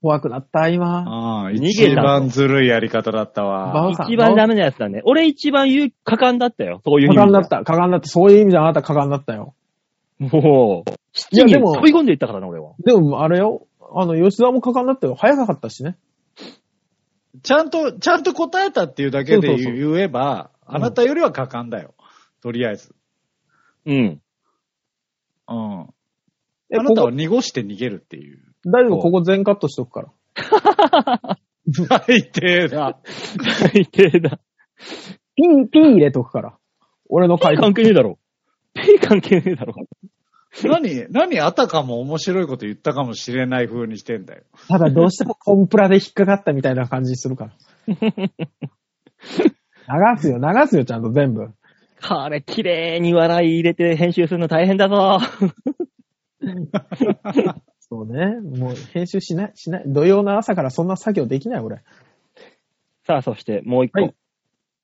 Speaker 3: 怖くなった、今。
Speaker 4: ああ、
Speaker 2: 逃げた
Speaker 4: 一番ずるいやり方だった
Speaker 3: バ
Speaker 4: わ。
Speaker 3: カ
Speaker 2: 一番ダメなやつだね。俺一番言う、果敢だったよ。そういう意
Speaker 3: 果
Speaker 2: 味では
Speaker 3: 敢だった、果敢だった。そういう意味であなた果敢だったよ。
Speaker 2: もう、
Speaker 3: い
Speaker 2: 七
Speaker 3: や
Speaker 2: に
Speaker 3: でも
Speaker 2: 飛び込んでいったからな、俺は。
Speaker 3: でも、あれよ。あの、吉沢も果敢だったよ。早かったしね。
Speaker 4: ちゃんと、ちゃんと答えたっていうだけ
Speaker 3: そ
Speaker 4: で
Speaker 3: うそう
Speaker 4: 言えば、
Speaker 3: ん
Speaker 4: あなたよりは果敢だよ。とりあえず。
Speaker 2: うん。
Speaker 4: うん。
Speaker 3: え、
Speaker 4: あな
Speaker 3: こ
Speaker 4: た
Speaker 3: こ
Speaker 4: は、濁して逃げるっていう。
Speaker 3: 大丈夫、ここ全カットしとくから。
Speaker 4: 最低だ。
Speaker 2: 最低だ。
Speaker 3: ピン、ピン入れとくから。俺の回答。
Speaker 2: 関係ねえだ ろ。ペイ関係ねえだろ。
Speaker 4: 何、何あたかも面白いこと言ったかもしれない風にしてんだよ。
Speaker 3: ただどうしてもコンプラで引っかかったみたいな感じするから。流すよ、流すよ、ちゃんと全部。
Speaker 2: これ、綺麗に笑い入れて編集するの大変だぞ。
Speaker 3: そうね。もう編集しない、しない。土曜の朝からそんな作業できない、俺。
Speaker 2: さあ、そしてもう一個。
Speaker 3: はい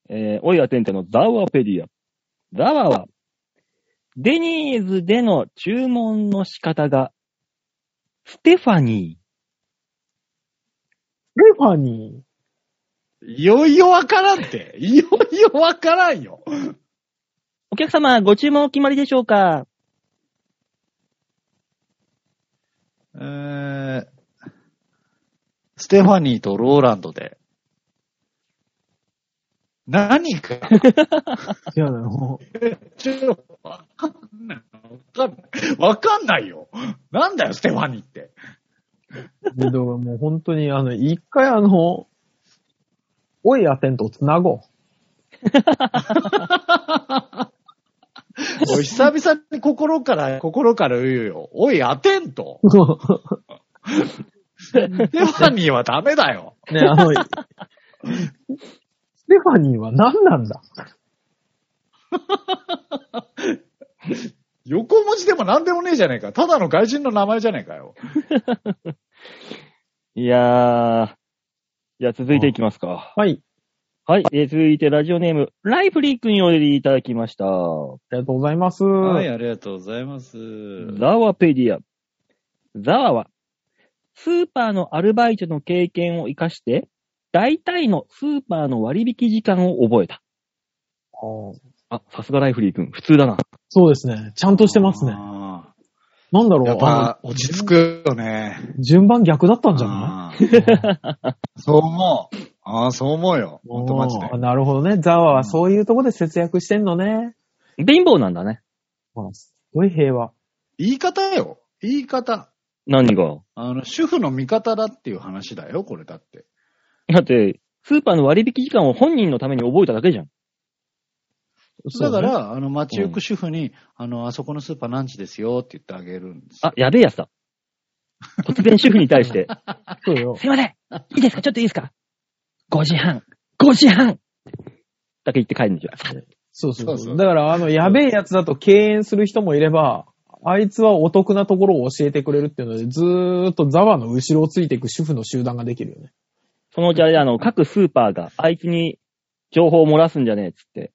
Speaker 2: えー、おいアテンテのザワペディア。ザワは、デニーズでの注文の仕方が、ステファニ
Speaker 3: ルファニ
Speaker 4: いよいよわからんって。いよいよわからんよ。
Speaker 2: ー。お客様、ご注文お決まりでしょうか
Speaker 4: えー、ステファニーとローランドで。何 か。
Speaker 3: ー。違うの よ。
Speaker 4: ちょっとわかんない。わかんない。わかんないよ。なんだよ、ステファニーって。
Speaker 3: でだからもう本当に、あの、一回あの、おいアテントを繋ごう。
Speaker 4: おい久々に心から、心から言うよ。おい、アテント。ステファニーはダメだよ。
Speaker 3: ね、あの、ステファニーは何なんだ
Speaker 4: 横文字でも何でもねえじゃねえか。ただの外人の名前じゃねえかよ。
Speaker 2: いやー。じゃあ続いていきますか。
Speaker 3: はい。
Speaker 2: はい。えー続いてラジオネーム、ライフリー君よりいただきました。
Speaker 3: ありがとうございます。
Speaker 4: ありがとうございます。
Speaker 2: ザワペディア。ザワは、スーパーのアルバイトの経験を活かして、大体のスーパーの割引時間を覚えた。
Speaker 3: あー
Speaker 2: あ、さすがライフリー君、普通だな。
Speaker 3: そうですね。ちゃんとしてますね。
Speaker 4: あ
Speaker 3: なんだ
Speaker 4: ー。
Speaker 3: ろ
Speaker 4: やっ
Speaker 3: う、あ
Speaker 4: ぱ、落ち着くよね。
Speaker 3: の、順番逆だったんじゃない
Speaker 4: あ ーそう思う。ああ、そう思うよ。ほんとマジで。
Speaker 3: あなるほどね。ザワはそういうとこで節約してんのね。
Speaker 2: 貧乏なんだね。
Speaker 3: ほらすごい平和。
Speaker 4: 言い方よ。言い方。
Speaker 2: 何が。
Speaker 4: あの、主婦の味方だっていう話だよ、これだって。
Speaker 2: だって、スーパーの割引時間を本人のために覚えただけじゃん。
Speaker 4: だか、ら、あの、街行く主婦に、あの、あそこのスーパー何時ですよって言ってあげるんですよ。
Speaker 2: あ、やべえやつだ。突然主婦に対 して、
Speaker 3: そうよ。
Speaker 2: すいませんいいですかちょっといいですか ?5 時半 !5 時半だけ言って帰るんでしょ。
Speaker 3: そうそうそう
Speaker 4: そうそう
Speaker 3: だから、あの、やべえやつだと敬遠する人もいれば、あいつはお得なところを教えてくれるっていうので、ずーっとザワの後ろをついていく主婦の集団ができるよね。
Speaker 2: そのうちあれで、あの、各スーパーがあいつに情報を漏らすんじゃねえっつって、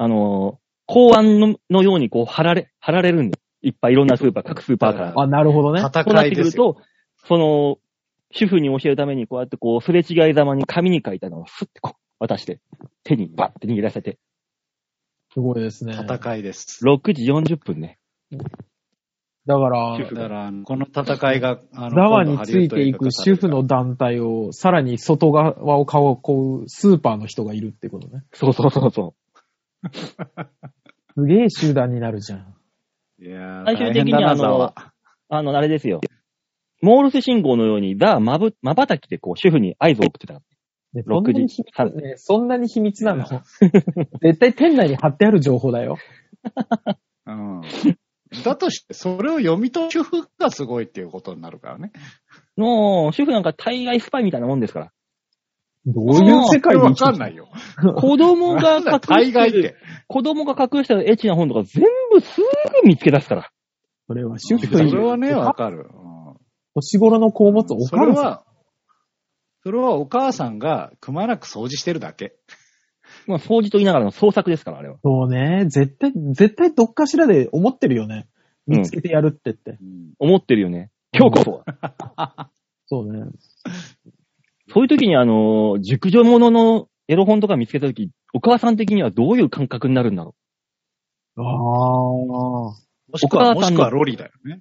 Speaker 2: あのー公安ののようにこう貼られ、貼られるんだよ。いっぱいいろんなスーパー、各スーパーから。
Speaker 3: あ、なるほどね。
Speaker 2: そうなっ
Speaker 4: 戦い
Speaker 2: てく
Speaker 4: で
Speaker 2: る
Speaker 4: すよ。
Speaker 2: と、その、主婦に教えるためにこうやってこう、すれ違いざまに紙に書いたのをスッてこう、渡して、手にバッて握らせて、
Speaker 3: すごいですね。だか
Speaker 4: 戦いです。
Speaker 2: 6時40分ね。
Speaker 3: ら、
Speaker 4: だから、あのこの戦いが、あの、
Speaker 3: ザワについていく主婦の
Speaker 4: 今度ハリウッド映画化されるか
Speaker 3: 団体を、さらに外側を囲うスーパーの人がいるってことね。
Speaker 2: そうそうそうそう。
Speaker 3: すげえ集団になるじゃん。
Speaker 4: らいやー
Speaker 2: 最終的に
Speaker 4: 大変
Speaker 2: あ
Speaker 4: だな
Speaker 2: の
Speaker 4: ザワ
Speaker 2: あの、あれですよ。モールス信号のように、ザ・まぶ、まばたきでこう、主婦に合図を送ってた。
Speaker 3: ねそんな
Speaker 2: 6
Speaker 3: に
Speaker 2: 時半。
Speaker 3: ね、そんなに秘密なの絶対店内に貼ってある情報だよ。
Speaker 4: うん。だとして、それを読み取る主婦がすごいっていうことになるからね。
Speaker 2: もう、主婦なんか大概スパイみたいなもんですから。
Speaker 3: どういう世界で生
Speaker 4: わ
Speaker 3: きて
Speaker 4: か
Speaker 3: る
Speaker 4: んないよ。
Speaker 2: 子供が
Speaker 4: なん
Speaker 2: 隠
Speaker 4: だ大
Speaker 2: して
Speaker 4: 概っ
Speaker 2: る、
Speaker 4: て。
Speaker 2: 子供が隠してるエッチな本とか全部すぐ見つけ出すから。
Speaker 3: それは主婦
Speaker 4: そ
Speaker 3: とい
Speaker 4: れは
Speaker 3: う
Speaker 4: ね、わかる。うん
Speaker 3: 年頃の子を持つお
Speaker 4: それ
Speaker 3: 母さ
Speaker 4: は、それはお母さんがくまなく掃除してるだけ。
Speaker 2: まあ、掃除と言いながらの創作ですから、あれは。
Speaker 3: ん。そうね。絶対、絶対どっかしらで思ってるよね。見つけてやるってって。
Speaker 2: 思ってるよね。今日こそは。
Speaker 3: そうね。
Speaker 2: そういう時に、あの、熟女もののエロ本とか見つけた時、お母さん的にはどういう感覚になるんだろ
Speaker 3: ああ。
Speaker 4: もしくは、
Speaker 2: お母
Speaker 4: も
Speaker 2: さんの
Speaker 4: しくはロリだよね。
Speaker 2: う。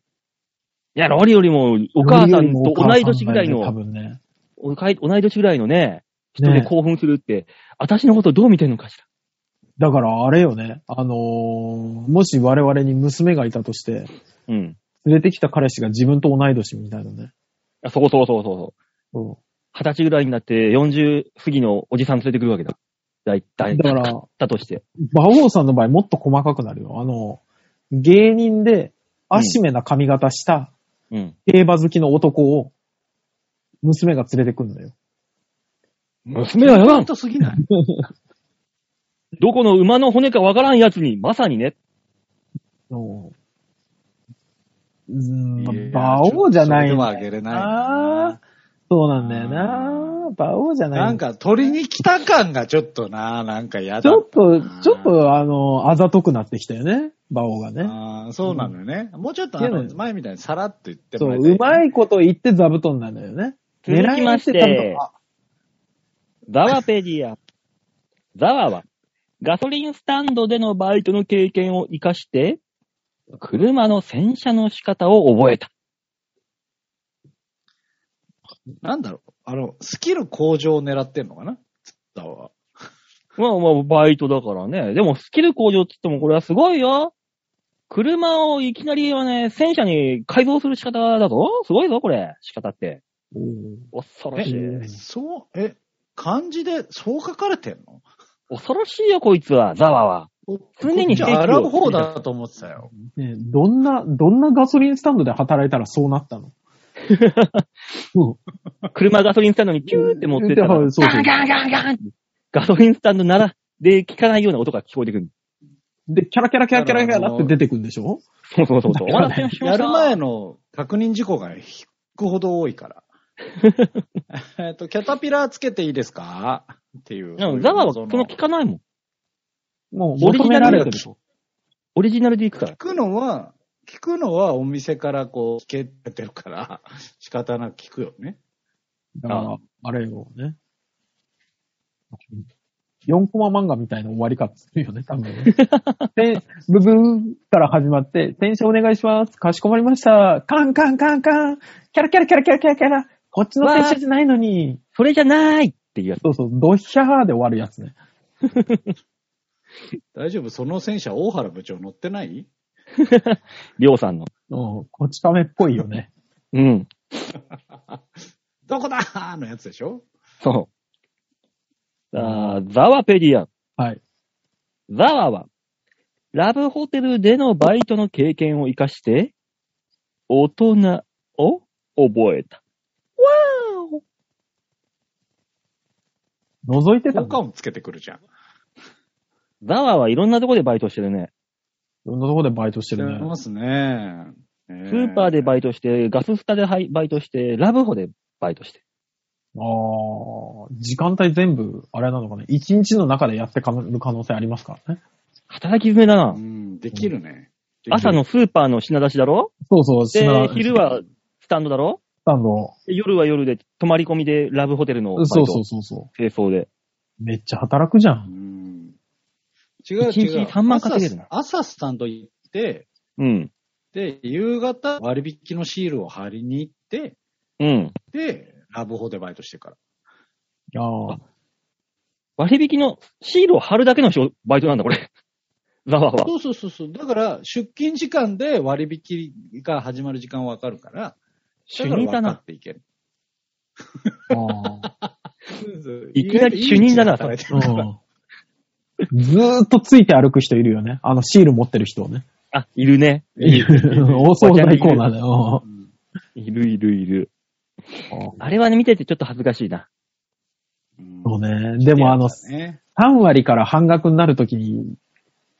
Speaker 2: いや、ロリよりも、お母さんと同い年ぐらい
Speaker 3: よりもお母さんだよね多
Speaker 2: の、
Speaker 3: 分ね。
Speaker 2: おかい同い年ぐらいのね、人で
Speaker 3: ね
Speaker 2: 興奮するって、私のことどう見てんのかしら。
Speaker 3: だからあれよね。あのーもし我々に娘がいたとして、
Speaker 2: うん。
Speaker 3: 連れてきた彼氏が自分と同い年みたいなね。
Speaker 2: あそうそうそうそうそう。
Speaker 3: そ
Speaker 2: 二十歳ぐらいになって40過ぎのおじさん連れてくるわけだ。だいた
Speaker 3: う。
Speaker 2: い。
Speaker 3: だから、
Speaker 2: だとして。
Speaker 3: 馬王さんの場合もっと細かくなるよ。あの、芸人で、アシメな髪型した
Speaker 2: うん。
Speaker 3: 競馬好きの男を、娘が連れてくんだよ。
Speaker 2: 娘はやばん
Speaker 4: 本当すぎない。
Speaker 2: どこの馬の骨かわからんやつに、まさにね。
Speaker 3: のうーん、まあ
Speaker 4: いや
Speaker 3: 馬王じゃない
Speaker 4: ちょっとそれで
Speaker 3: ん
Speaker 4: もあ
Speaker 3: だ
Speaker 4: げ
Speaker 3: よ
Speaker 4: れない
Speaker 3: な
Speaker 4: な。
Speaker 3: そうなんだよな。馬王じゃない
Speaker 4: なんか、取りに来た感がちょっとな、なんか嫌だ。
Speaker 3: ちょっと、
Speaker 4: な
Speaker 3: ちょっと、あの、あざとくなってきたよね。馬王がね。
Speaker 4: あーそうなのよね。もうちょっと、あの
Speaker 3: け、ど
Speaker 4: 前みたいにさらっと言って
Speaker 3: そ
Speaker 4: もら
Speaker 3: う、
Speaker 4: いたいう
Speaker 3: まいこと言って座布団なんだよね。
Speaker 2: 続きまして
Speaker 3: 狙い撃ってたんだ
Speaker 2: ザワペデ ィア。ザワは、ガソリンスタンドでのバイトの経験を活かして、車の洗車の仕方を覚えた。
Speaker 4: なんだろう。あの、スキル向上を狙ってんのかなだわ。
Speaker 2: まあまあ、バイトだからね。でも、スキル向上って言ってもこれはすごいよ。車をいきなりはね、戦車に改造する仕方だぞ。すごいぞ、これ。仕方って。
Speaker 3: うん
Speaker 2: 恐ろしい。
Speaker 3: うん
Speaker 4: そう、え、漢字でそう書かれてんの
Speaker 2: 恐ろしいよ、こいつは、ザワは。常に
Speaker 4: じ
Speaker 2: 兵器
Speaker 4: ゃ
Speaker 2: を
Speaker 4: あ、洗う方だと思ってたよ。
Speaker 3: ねえどんな、どんなガソリンスタンドで働いたらそうなったの
Speaker 2: 車ガソリンスタンドにキューって持ってった ら、
Speaker 3: う
Speaker 2: ガ
Speaker 3: んそうそう
Speaker 2: ンガンガンガンってガソリンスタンドなら、で、聞かないような音が聞こえてくる。
Speaker 3: で、キャラキャラキャラキャラキャラって出てくんでしょ
Speaker 2: そうそうそうそう。お待たせしま
Speaker 4: や
Speaker 2: した
Speaker 4: る前の確認事項が引くほど多 いから。えっと、キャタピラーつけていいですかっていう。
Speaker 2: うんザワはその聞
Speaker 4: 聞
Speaker 2: かないもん。
Speaker 3: もう
Speaker 2: オリ
Speaker 3: 求
Speaker 2: ジ
Speaker 3: め
Speaker 2: ナ
Speaker 3: ら
Speaker 2: ル
Speaker 3: れ
Speaker 2: で
Speaker 3: てる
Speaker 2: 聞く。オリジナルで行くから。
Speaker 4: くのは、聞くのはお店からこう、聞けてるから、 仕方なく聞くよね。
Speaker 3: だから、あれよね。4コマ漫画みたいな終わり方するよね、多分ね。で、ブブーから始まって、転車お願いします。かしこまりました。カンカンカンカン。キャラキャラキャラキャラキャラキャラ。こっちの転車じゃないのに。
Speaker 2: それじゃないっていうやつ。
Speaker 3: そうそう、ドヒャーで終わるやつね。
Speaker 4: 大丈夫その戦車、大原部長乗ってない
Speaker 2: りょうさんの。
Speaker 3: うん、こち亀っぽい よね。
Speaker 2: うん。
Speaker 4: どこだーのやつでしょ
Speaker 2: そう。さあ、ザワペディアン。
Speaker 3: はい。
Speaker 2: ザワは、ラブホテルでのバイトの経験を活かして、大人を覚えた。わ
Speaker 3: 覗いて
Speaker 4: 効
Speaker 3: たの
Speaker 4: 果音つけてくるじゃん。
Speaker 2: ーおザワはいろんなとこでバイトしてるね。
Speaker 3: いろんなとこでバイトして
Speaker 4: して
Speaker 3: るね。
Speaker 4: ますね。ス
Speaker 2: スーパーで
Speaker 4: イ
Speaker 2: バイトして、ガススタではいバイトして、ラブホでバイトして。
Speaker 3: ああ、時間帯全部、あれなのかね。一日の中でやってかる可能性ありますからね。
Speaker 2: 働き詰めだな
Speaker 4: う。ん、できるね。
Speaker 2: 朝のスーパーの品出しだろ
Speaker 3: そうそう、
Speaker 2: で
Speaker 3: 品、
Speaker 2: 昼はスタンドだろ
Speaker 3: スタンド。
Speaker 2: で夜は夜で泊まり込みでラブホテルのバイト。
Speaker 3: そうそうそうそ
Speaker 2: 清掃で。
Speaker 3: う。めっちゃ働くじゃ。
Speaker 4: うんん。違う
Speaker 2: 一日
Speaker 4: 違う。
Speaker 2: 3万稼げるな
Speaker 4: 朝朝スタンド行って、
Speaker 2: うん。
Speaker 4: で、夕方割引のシールを貼りに行って、
Speaker 2: うん。
Speaker 4: で、ラブホでバイトしてから。
Speaker 3: あ あ、
Speaker 2: 割引のシールを貼るだけの仕事バイトなんだ、これ。 ザワは。
Speaker 4: そうそうそうそう。だから、出勤時間で割引が始まる時間わかるから、
Speaker 2: 主任だ
Speaker 4: から分か
Speaker 2: な。
Speaker 4: っていける。
Speaker 3: ああ。
Speaker 2: いきなり主任だな
Speaker 4: それ。いい位置で働いて
Speaker 3: う
Speaker 4: るから
Speaker 3: ん。ずーっとついて歩く人いるよね。あの、シール持ってる人ね。
Speaker 2: あ、いるね。
Speaker 3: いる。 大惣菜コーナーだよ。
Speaker 4: うん
Speaker 2: いるいるいる。
Speaker 3: うん
Speaker 2: あれはね、見ててちょっと恥ずかしいな。
Speaker 3: そうね。でもあの、
Speaker 4: ね
Speaker 3: 3割から半額になるときに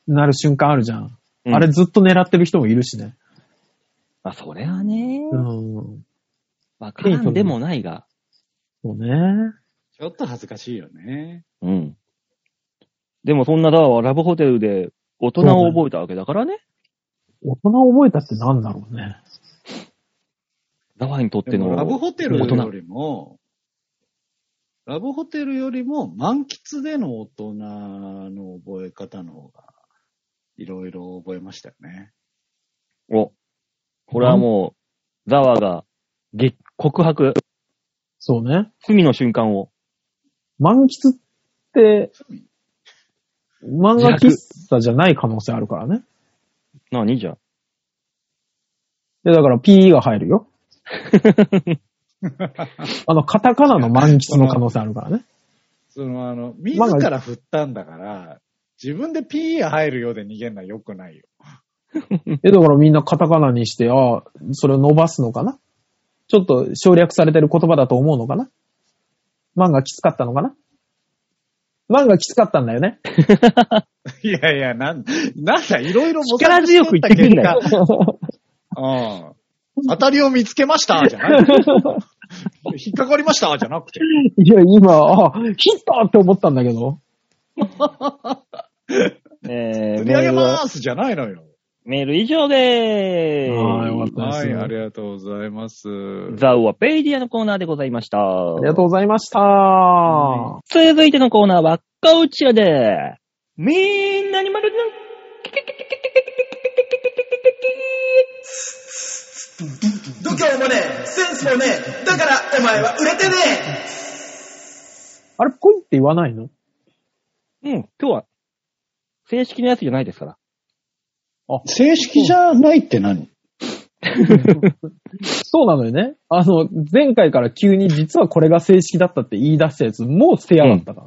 Speaker 3: なる瞬間あるじゃん。
Speaker 2: うん
Speaker 3: あれずっと狙ってる人もいるしね。
Speaker 2: まあ、それはね、
Speaker 3: うん。
Speaker 2: わからんでもないが。
Speaker 3: そうね。
Speaker 4: ちょっと恥ずかしいよね。
Speaker 2: うん。でもそんなザワはラブホテルで大人を覚えたわけだからね。
Speaker 3: 大人を覚えたってなんだろうね。
Speaker 2: ザワにとっ
Speaker 4: で
Speaker 2: ての
Speaker 4: もラブホテル
Speaker 2: 大
Speaker 4: よ
Speaker 2: 人。
Speaker 4: りも、ラブホテルよりも満喫での大人の覚え方の方が、いろいろ覚えましたよね。
Speaker 2: お。これはもう、ザワがげ告白、
Speaker 3: そうね。
Speaker 2: 罪の瞬間を。
Speaker 3: 満喫って、漫画喫茶じゃない可能性あるからね。
Speaker 2: なにじゃん。
Speaker 3: で、だから PE が入るよ。あの、カタカナの満喫の可能性あるからね。
Speaker 4: その、あの、自ら振ったんだから、自分でピー入るようで逃げんのは良くないよ。
Speaker 3: え、だからみんなカタカナにして、ああ、それを伸ばすのかなちょっと省略されてる言葉だと思うのかな漫画きつかったのかな漫画きつかったんだよね。
Speaker 4: いやいや、なん、なんだ、いろいろ模索
Speaker 2: 力強く言ってくんなよ
Speaker 4: してった結果。うん。当たりを見つけました、じゃない。 引っかかりました、じゃなくて。
Speaker 3: いや、今、ああ、ヒットって思ったんだけど。
Speaker 2: えー、
Speaker 4: 釣り
Speaker 2: メ
Speaker 4: 上げ
Speaker 2: ール
Speaker 4: ま
Speaker 2: は、
Speaker 4: ーす、じゃないのよ。
Speaker 2: メール以上で
Speaker 3: ああ、よか
Speaker 2: ー
Speaker 3: ったです、
Speaker 4: はい、ありがとうございます。
Speaker 2: す。ザウはペイディアのコーナーでございました。
Speaker 3: ありがとうございました。
Speaker 4: は
Speaker 2: 続いてのコーナーは、こちらで、みんなに丸の、キキキキキキキキキ
Speaker 1: 度胸もねえセンスもねえだからお前は売れてねえ
Speaker 3: あれ、ぽいって言わないの
Speaker 2: キキうん、今日は、正式なやつじゃないですから。
Speaker 4: 正式じゃないって何
Speaker 3: そうなのよね。あの、前回から急に実はこれが正式だったって言い出したやつ、もう捨てやがったから。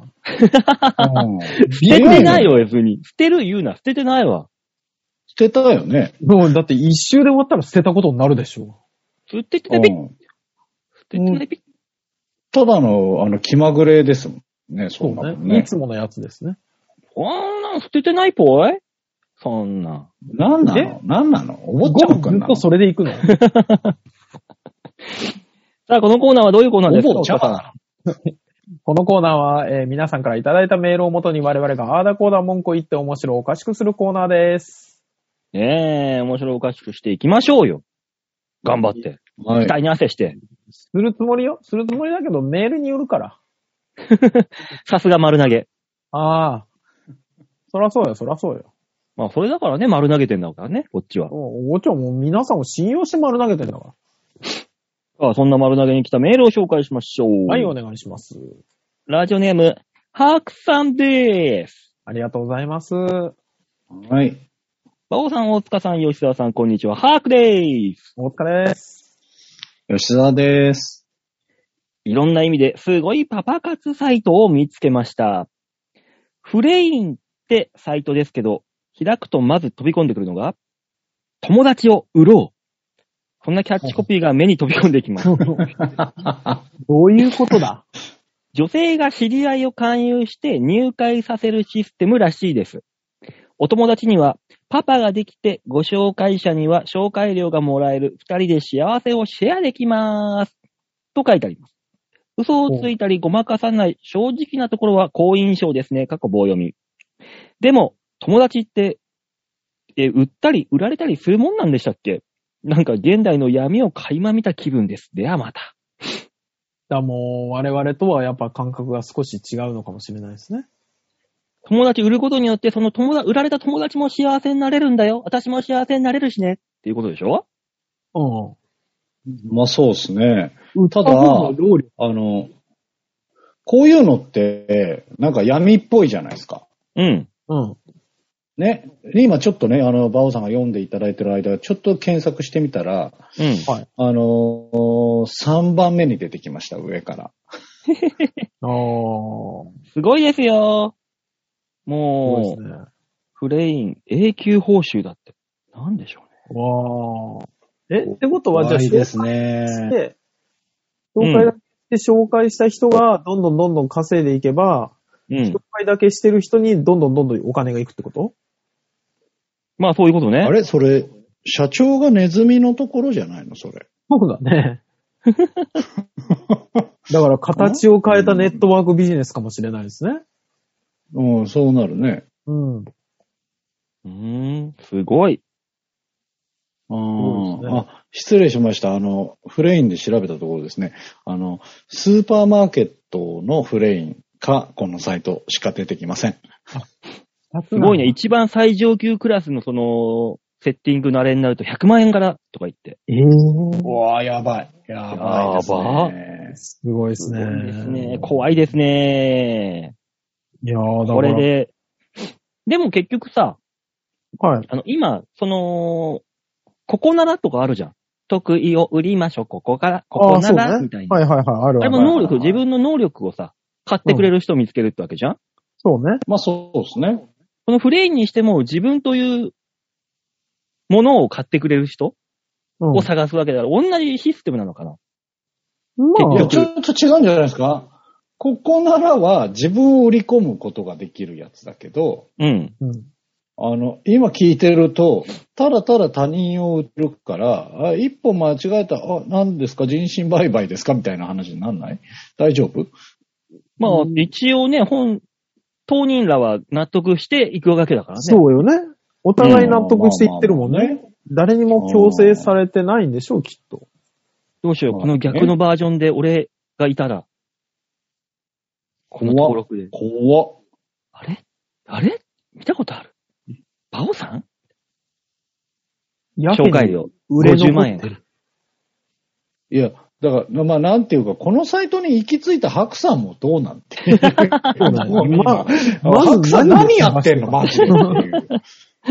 Speaker 2: 捨て
Speaker 4: 捨
Speaker 2: てない。よ、別に。捨てる言うな、捨ててないわ。
Speaker 4: 捨てたよね。
Speaker 3: もうだって一周で終わったら捨てたことになるでしょ。
Speaker 2: 捨ててないピッ、捨ててないピッ。
Speaker 4: ただの、あの、気まぐれですもんね、
Speaker 3: そうね。いつものやつですね。
Speaker 2: こんなん捨ててないぽいそんな。
Speaker 4: なんな
Speaker 3: え
Speaker 4: のなんなのお坊ちゃ
Speaker 3: 5
Speaker 4: ま
Speaker 3: 分
Speaker 4: くん
Speaker 3: ず
Speaker 4: な
Speaker 3: っ
Speaker 4: の
Speaker 3: とそれで行くの。
Speaker 2: さあ、このコーナーはどういうコーナーですか
Speaker 4: お坊ちゃまな
Speaker 3: このコーナーは、えー皆さんからいただいたメールをもとに我々があーだこーだ文句を言って面白おかしくするコーナーです。
Speaker 2: ねえ、面白おかしくしていきましょうよ。頑張って。
Speaker 4: のは
Speaker 2: 額に汗して。
Speaker 3: するつもりよ。するつもりだけど、メールによるから。
Speaker 2: さすが丸投げ。
Speaker 3: ああ。そらそうよ、そらそうよ。
Speaker 2: まあ、それだからね、丸投げてんだからね、こっちは。
Speaker 3: おごちょもう皆さんを信用して丸投げてんだから。
Speaker 2: さあ、そんな丸投げに来たメールを紹介しましょう。
Speaker 3: はい、お願いします。
Speaker 2: ラジオネーム、ハークさんでーす。
Speaker 3: ありがとうございます。
Speaker 4: い。はい。
Speaker 2: バオさん、大塚さん、吉沢さん、こんにちは。ハークでーす。
Speaker 3: お疲れです。
Speaker 4: 吉沢です。
Speaker 2: いろんな意味ですごいパパ活サイトを見つけました。フレインってサイトですけど、開くとまず飛び込んでくるのが、友達を売ろう。そんなキャッチコピーが目に飛び込んできます。
Speaker 3: どういうことだ
Speaker 2: 女性が知り合いを勧誘して入会させるシステムらしいです。お友達には、パパができてご紹介者には紹介料がもらえる二人で幸せをシェアできます。と書いてあります。嘘をついたりごまかさない正直なところは好印象ですね。過去棒読み。でも、友達って、え、売ったり売られたりするもんなんでしたっけなんか現代の闇を垣間見た気分です。ではまた。
Speaker 3: だもう、我々とはやっぱ感覚が少し違うのかもしれないですね。
Speaker 2: 友達売ることによって、その友達、売られた友達も幸せになれるんだよ。私も幸せになれるしね。っていうことでしょ
Speaker 3: うん。
Speaker 4: まあそうですね。ただ
Speaker 3: 労力
Speaker 4: あの、こういうのって、なんか闇っぽいじゃないですか。
Speaker 2: うん。
Speaker 3: うん。
Speaker 4: ね。で今ちょっとね、あの、バオさんが読んでいただいてる間、ちょっと検索してみたら、
Speaker 2: うん。
Speaker 4: あのー、3番目に出てきました、上から。
Speaker 3: ああ、
Speaker 2: すごいですよ。
Speaker 3: そう
Speaker 2: も
Speaker 3: で
Speaker 2: う、
Speaker 3: すね。
Speaker 2: フレイン、永久報酬だって。なんでしょうね。
Speaker 3: わあ。え、ってことは、じゃあ、
Speaker 4: 怖いです
Speaker 3: し
Speaker 4: ね。
Speaker 3: て、紹介だけして紹介した人がどんどんどんどん稼いでいけば、
Speaker 2: うん
Speaker 3: 紹。介だけしてる人にどんどんどんどんお金がいくってこと
Speaker 2: まあそういうことね。
Speaker 4: あれそれ、社長がネズミのところじゃないのそれ。
Speaker 3: そうだね。だから形を変えたネットワークビジネスかもしれないですね。
Speaker 4: うん、そうなるね。
Speaker 3: うん。
Speaker 2: うーん、すごい。
Speaker 4: あ
Speaker 3: そうです
Speaker 4: ー
Speaker 3: ね
Speaker 4: あ、失礼しました。あの、フレインで調べたところですね。あの、スーパーマーケットのフレインか、このサイトしか出てきません。
Speaker 2: すごいね。。一番最上級クラスのその、セッティングのあれになると100万円からとか言って。
Speaker 3: ええー。
Speaker 4: わあ、やばい。やばいですね。
Speaker 3: すごいですね。
Speaker 2: いですね。怖いですね。
Speaker 3: いやー、だから。
Speaker 2: これ。で。でも結局さ、
Speaker 3: はい。
Speaker 2: あの、今、その、ここならとかあるじゃん。得意を売りましょう、ここから、ここ
Speaker 3: あ
Speaker 2: な
Speaker 3: ーそうね
Speaker 2: ら、みたいな。
Speaker 3: はいはいはい。ある
Speaker 2: あ
Speaker 3: あ
Speaker 2: れ
Speaker 3: る
Speaker 2: も能力、
Speaker 4: はいはいはい
Speaker 2: 自分の能力をさ、買ってくれる人を見つけるってわけじゃん、
Speaker 3: そうね。
Speaker 4: まあそうですね。
Speaker 2: このフレインにしても自分というものを買ってくれる人
Speaker 3: うん
Speaker 2: を。探すわけだから、同じシステムなのかな
Speaker 4: い
Speaker 3: ま
Speaker 4: や、
Speaker 3: あ
Speaker 4: ちょっと違うんじゃないですか。ここならは自分を売り込むことができるやつだけど、
Speaker 2: うん。
Speaker 3: うん、
Speaker 4: あの、今聞いてると、ただただ他人を売るから、あ一歩間違えた、あ、何ですか人身売買ですかみたいな話になんない大丈夫
Speaker 2: まあ
Speaker 3: う、ん
Speaker 2: 一応ね、本、当人らは納得していくわけだからね。
Speaker 3: そうよね。お互い納得していってるもんね。誰にも強制されてないんでしょう、きっと。
Speaker 2: どうしよう、
Speaker 4: まあ
Speaker 2: この逆のバージョンで俺がいたら、この登録で。
Speaker 4: 怖っ。
Speaker 2: あれあれ見たことあるバオさん
Speaker 3: やけに
Speaker 2: 紹介料。
Speaker 3: 売れ残っ
Speaker 2: 50
Speaker 3: て
Speaker 2: 万円。
Speaker 4: いや、だから、まあ、なんていうか、このサイトに行き着いたハクさんもどうなんて。
Speaker 3: そうねままず
Speaker 4: ハクさん
Speaker 3: 何
Speaker 4: 何やってんのマジでって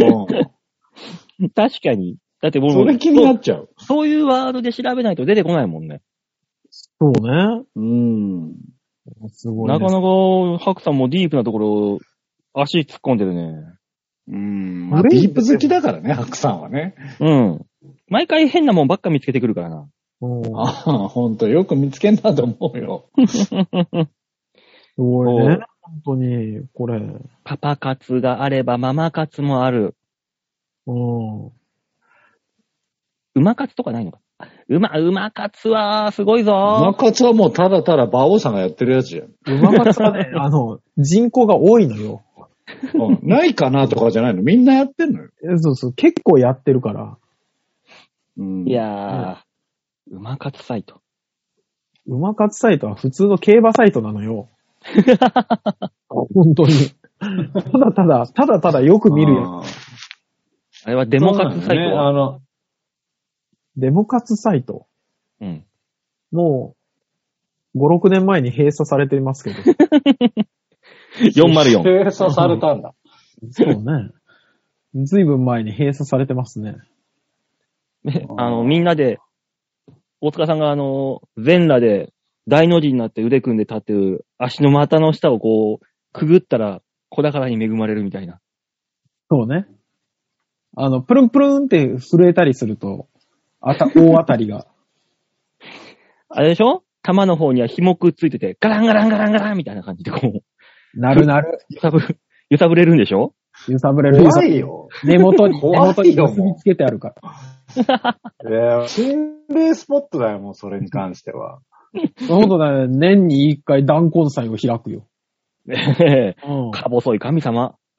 Speaker 4: いう。うん
Speaker 2: 確かに。だって僕
Speaker 4: それ気にな
Speaker 2: そ
Speaker 4: っちゃう。
Speaker 2: う、そういうワードで調べないと出てこないもんね。
Speaker 3: そうね。
Speaker 4: うん。
Speaker 3: すごい
Speaker 2: な
Speaker 3: ね、
Speaker 2: かなか、ハクさんもディープなところ、足突っ込んでるね。
Speaker 4: うん。まあ、ディープ好きだからね、ハクさんはね。
Speaker 2: うん。毎回変なもんばっか見つけてくるからな。
Speaker 3: うん
Speaker 4: ああ、ほんと、よく見つけんなと思うよ。
Speaker 3: すごい
Speaker 2: そう
Speaker 3: ね。本当に、これ。うん。
Speaker 2: パパ活があれば、ママ活もある。馬活とかないのか。馬、馬活は、すごい
Speaker 4: マ
Speaker 2: ぞ。
Speaker 4: カツはもうただただ馬王さんがやってるやつ じゃん。
Speaker 3: 馬松はね、あの、人口が多いのよ。
Speaker 4: うんないかなとかじゃないのみんなやってんのよ。
Speaker 3: えそうそう、結構やってるから。
Speaker 4: うん
Speaker 2: いやー、馬活サイト。
Speaker 3: 馬勝サイトは普通の競馬サイトなのよ。本当に。ただただ、ただただよく見るや
Speaker 4: あー
Speaker 2: あれはデモ活サイト
Speaker 4: そ
Speaker 2: は
Speaker 4: うなんだねあの、
Speaker 3: つ。デモ活サイト。
Speaker 2: うん。
Speaker 3: もう、5、6年前に閉鎖されていますけど。
Speaker 2: 404。
Speaker 4: 閉鎖され たんだ。
Speaker 3: そうね。ずいぶん前に閉鎖されてますね。
Speaker 2: あの、みんなで、大塚さんがあの、全裸で、大の字になって腕組んで立ってる、足の股の下をこう、くぐったら、小宝に恵まれるみたいな。
Speaker 3: そうね。あの、プルンプルンって震えたりすると、あ た、大当たりが。
Speaker 2: あれでしょ玉の方には紐くっついてて、ガランガランガランガランみたいな感じでこう、
Speaker 3: なるなる。
Speaker 2: 揺さぶ、揺さぶれるんでしょ
Speaker 3: 揺さぶれる。
Speaker 4: 怖いよ。
Speaker 3: 根元に、根
Speaker 5: 怖いよ
Speaker 3: 元に結びつけてあるから。
Speaker 5: えー、心霊スポットだよ、もうそれに関しては。
Speaker 3: ほんとだね。年に一回断根祭を開くよ。
Speaker 2: ねえ
Speaker 3: うん。
Speaker 2: か細い神様。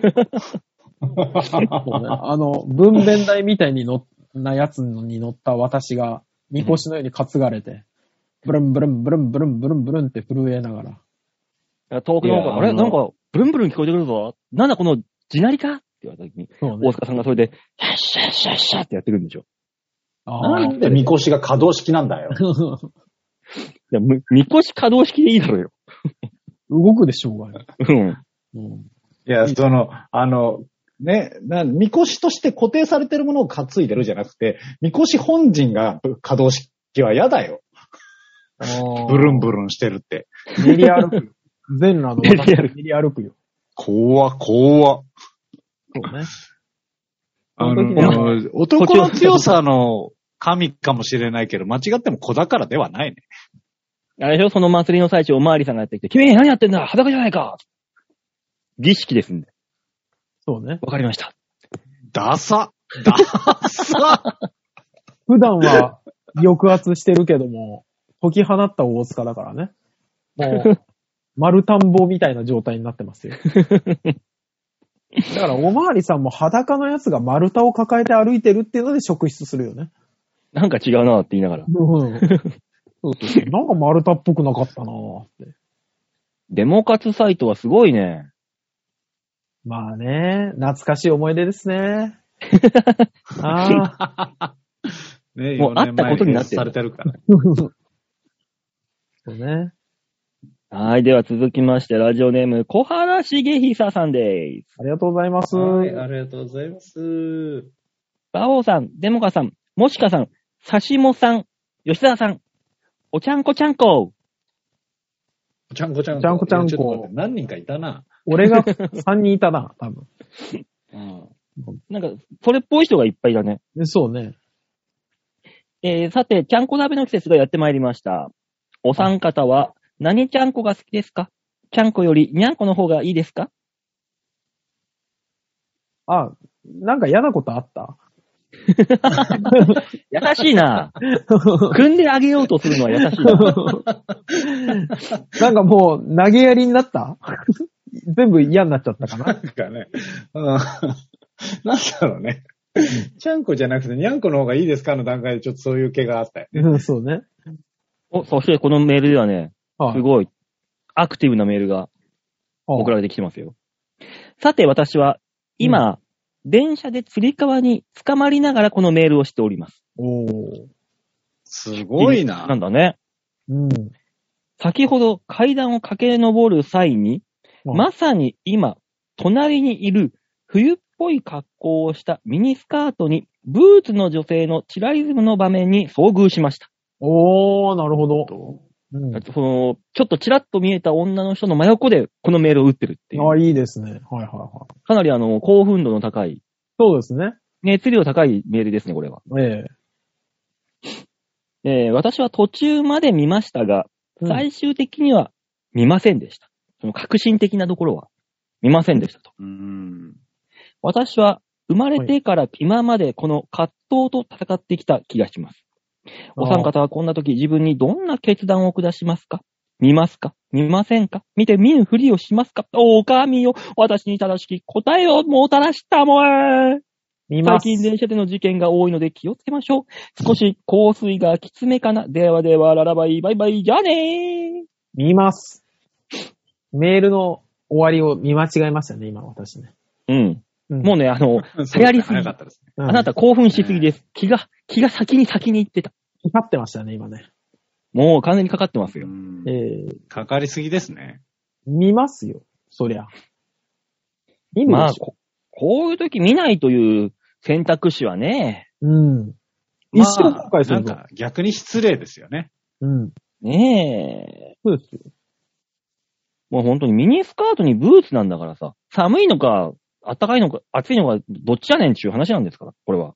Speaker 3: そうねあの、分娩台みたいに乗っなやつに乗った私が、みこしのように担がれて、ブルンブルンブルンブルンブルンブルンって震えながら。
Speaker 2: 遠くの方から、あ
Speaker 5: いや
Speaker 2: れ
Speaker 5: あの
Speaker 2: なんか、ブルンブルン聞こえてくるぞ。なんだこの、地鳴りかって言われた時に、
Speaker 3: そう
Speaker 2: 大。塚さんがそれで、シャッシャッシャッシャッってやってくるんでしょ。
Speaker 3: ああ
Speaker 5: な
Speaker 3: ー。
Speaker 5: んでみこしが可動式なんだよ。
Speaker 2: いや、み、みこし可動式でいいだろうよ。
Speaker 3: 動くでしょうがない。
Speaker 2: うん。
Speaker 3: うん
Speaker 5: いや、その、あの、ね、な、みこしとして固定されてるものを担いでるじゃなくて、みこし本人が可動式は嫌だよ。ブルンブルンしてるって。
Speaker 3: 練り歩く。全裸の私
Speaker 2: 練り
Speaker 3: が
Speaker 2: 歩
Speaker 3: 練り歩くよ。
Speaker 5: 怖、怖。
Speaker 3: そうね。
Speaker 5: あ
Speaker 3: その時
Speaker 5: の、男の強さの神かもしれないけど、間違っても子宝ではないね。
Speaker 2: あれでしょその祭りの最中、おまわりさんがやってきて、君何やってんだ裸じゃないか儀式ですんで。
Speaker 3: そうね。
Speaker 2: わかりました。
Speaker 5: ダサ。ダサ。
Speaker 3: 普段は抑圧してるけども、 解き放った大塚だからね。もう、丸田んぼみたいな状態になってますよ。だから、おまわりさんも裸のやつが丸太を抱えて歩いてるっていうので職質するよね。
Speaker 2: なんか違うなって言いながら。
Speaker 3: うん。そうそうそうなんか丸太っぽくなかったなぁって。
Speaker 2: デモ活サイトはすごいね。
Speaker 3: まあね、懐かしい思い出ですね。ああ。
Speaker 5: ね
Speaker 2: もうあったことになってる
Speaker 5: されてるから。
Speaker 3: そうね。
Speaker 2: はい。では続きまして、ラジオネーム、小原茂久さんです。
Speaker 3: ありがとうございます。
Speaker 4: りがとうございます。
Speaker 2: バオさん、デモカさん、モシカさん、サシモさん、吉沢さん、おちゃんこちゃんこ。
Speaker 4: ちゃんこちゃんこ。
Speaker 3: ちゃんこちゃん
Speaker 4: ょっ
Speaker 3: こ
Speaker 4: と待って何人かいたな。
Speaker 3: 俺が3人いたな、多分。
Speaker 4: うん。
Speaker 2: なんか、それっぽい人がいっぱいだね。
Speaker 3: でそうね。
Speaker 2: えーさて、ちゃんこ鍋の季節がやってまいりました。お三方は、何ちゃんこが好きですかちゃんこよりにゃんこの方がいいですか
Speaker 3: あ、なんか嫌なことあ った
Speaker 2: 優しいな。組んであげようとするのは優しいな。
Speaker 3: なんかもう投げやりになった全部嫌になっちゃったかな
Speaker 4: なんかね。 うん。なんだろうね。ちゃんこじゃなくて、にゃんこの方がいいですかの段階でちょっとそういう気があったよ。
Speaker 3: うん、そうね。
Speaker 2: お、そしてこのメールではね、
Speaker 3: は
Speaker 2: すごい、アクティブなメールが
Speaker 3: い
Speaker 2: 送られてきてますよ。さて、私は、今、電車で釣り革に捕まりながらこのメールをしております。
Speaker 3: おー
Speaker 5: すごいな
Speaker 2: な。んだね。
Speaker 3: うん。
Speaker 2: 先ほど階段を駆け上る際に、
Speaker 3: うん
Speaker 2: まさに今、隣にいる冬っぽい格好をしたミニスカートに、ブーツの女性のチラリズムの場面に遭遇しました。
Speaker 3: おー、なるほど。うん。あ
Speaker 2: その、ちょっとチラッと見えた女の人の真横でこのメールを打ってるっていう。、
Speaker 3: いいですね。はいはいはい。
Speaker 2: かなりあの、興奮度の高い、
Speaker 3: そうですね。
Speaker 2: 熱量高いメールですね、これは。
Speaker 3: ええ。
Speaker 2: えー私は途中まで見ましたが、
Speaker 3: うん
Speaker 2: 最終的には見ませんでした。その革新的なところは見ませんでしたと。
Speaker 5: うん。
Speaker 2: 私は生まれてから今までこの葛藤と戦ってきた気がします。お三方はこんな時自分にどんな決断を下しますか見ますか見ませんか見て見ぬふりをしますかお神よ、私に正しき答えをもたらしたもえ
Speaker 3: 見
Speaker 2: 最
Speaker 3: ます。
Speaker 2: 近電車での事件が多いので気をつけましょう。少し香水がきつめかな。ではでは、ララバイ、バイバイ、じゃあね
Speaker 3: 見ます。メールの終わりを見間違えましたね、今私ね。
Speaker 2: ー。うん。
Speaker 3: うん
Speaker 2: もうね、あ の、流行りすぎ
Speaker 5: 早かったですね。
Speaker 3: うん
Speaker 2: あなた興奮しすぎです。気が、気が先に先に行ってた。
Speaker 3: 光ってましたね、今ね。
Speaker 2: もう完全にかかってます
Speaker 5: う
Speaker 2: よ。
Speaker 5: ん
Speaker 3: ええ。
Speaker 5: かかりすぎですね。
Speaker 3: 見ますよ、そりゃ。見るでしょ
Speaker 2: まあこ、こういう時見ないという選択肢はね、
Speaker 3: うん。一生後悔す
Speaker 5: ま
Speaker 3: るぞ
Speaker 5: あなんか逆に失礼ですよね。
Speaker 3: うん。
Speaker 2: ねえ。
Speaker 3: そうですよ。
Speaker 2: もう本当にミニスカートにブーツなんだからさ、寒いのか、暖かいのか、暑いのか、どっちやねんっていう話なんですから、これは。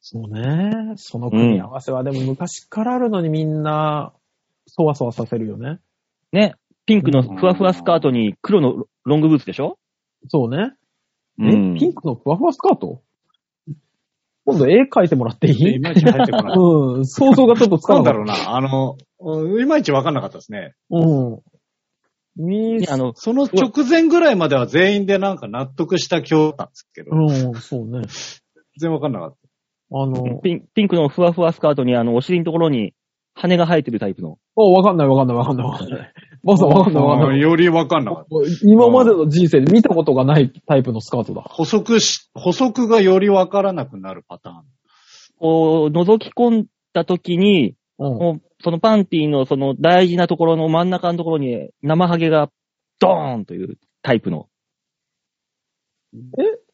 Speaker 3: そうね。その組み合わせは、でも昔からあるのにみんな、そわそわさせるよね。
Speaker 2: ね。ピンクのふわふわスカートに黒のロングブーツでしょ
Speaker 3: そうね。え、
Speaker 2: うん
Speaker 3: ピンクのふわふわスカート今度絵描いてもらってい
Speaker 4: い
Speaker 3: い
Speaker 4: まいち入って こない。
Speaker 3: うん。想像がちょっとつか
Speaker 4: なん
Speaker 3: な
Speaker 4: だ
Speaker 3: い。
Speaker 4: ろうな、あの、うんいまいちわかんなかったですね。
Speaker 3: うん。み
Speaker 2: ねあの、
Speaker 4: その直前ぐらいまでは全員でなんか納得した今日なんですけど、
Speaker 3: うん、そうね。
Speaker 4: 全然わかんなかった。
Speaker 3: あの、
Speaker 2: ピンピンクのふわふわスカートに、あの、お尻のところに羽が生えてるタイプの。
Speaker 3: あ、わかんないわかんないわかんないわかん ない。まさわかんないわかん
Speaker 4: あ
Speaker 3: な
Speaker 4: ー
Speaker 3: い。
Speaker 4: よりわかんなかった。
Speaker 3: 今までの人生で見たことがないタイプのスカートだ。
Speaker 4: 補足し、補足がよりわからなくなるパターン。
Speaker 2: こう、覗き込んだ時に、
Speaker 3: うん。
Speaker 2: もうそのパンティーのその大事なところの真ん中のところに生ハゲがドーンというタイプの。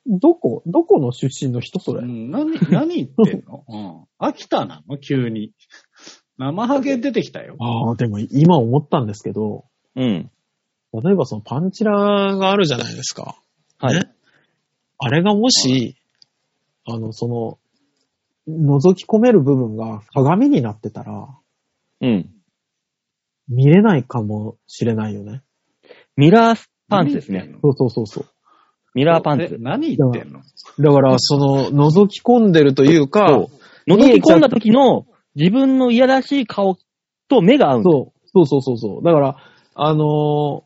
Speaker 3: どこどこの出身の人それ
Speaker 4: う。ん、何、何言ってんのうん。秋田なの急に。生ハゲ出てきたよ。
Speaker 3: ああ、でも今思ったんですけど、
Speaker 2: うん。
Speaker 3: 例えばそのパンチラがあるじゃないですか。
Speaker 2: はい。
Speaker 3: ねあれがもし、あの、その、覗き込める部分が鏡になってたら、
Speaker 2: うん。
Speaker 3: 見れないかもしれないよね。
Speaker 2: ミラーパンツですね。
Speaker 3: そうそうそうそう。
Speaker 2: ミラーパン
Speaker 4: え
Speaker 2: ツ。
Speaker 4: 何言ってんの
Speaker 3: だから、その、覗き込んでるというか、
Speaker 2: そう覗き込んだ時の自分のいやらしい顔と目が合うんだ
Speaker 3: そう、そうそうそうそう。だから、あのー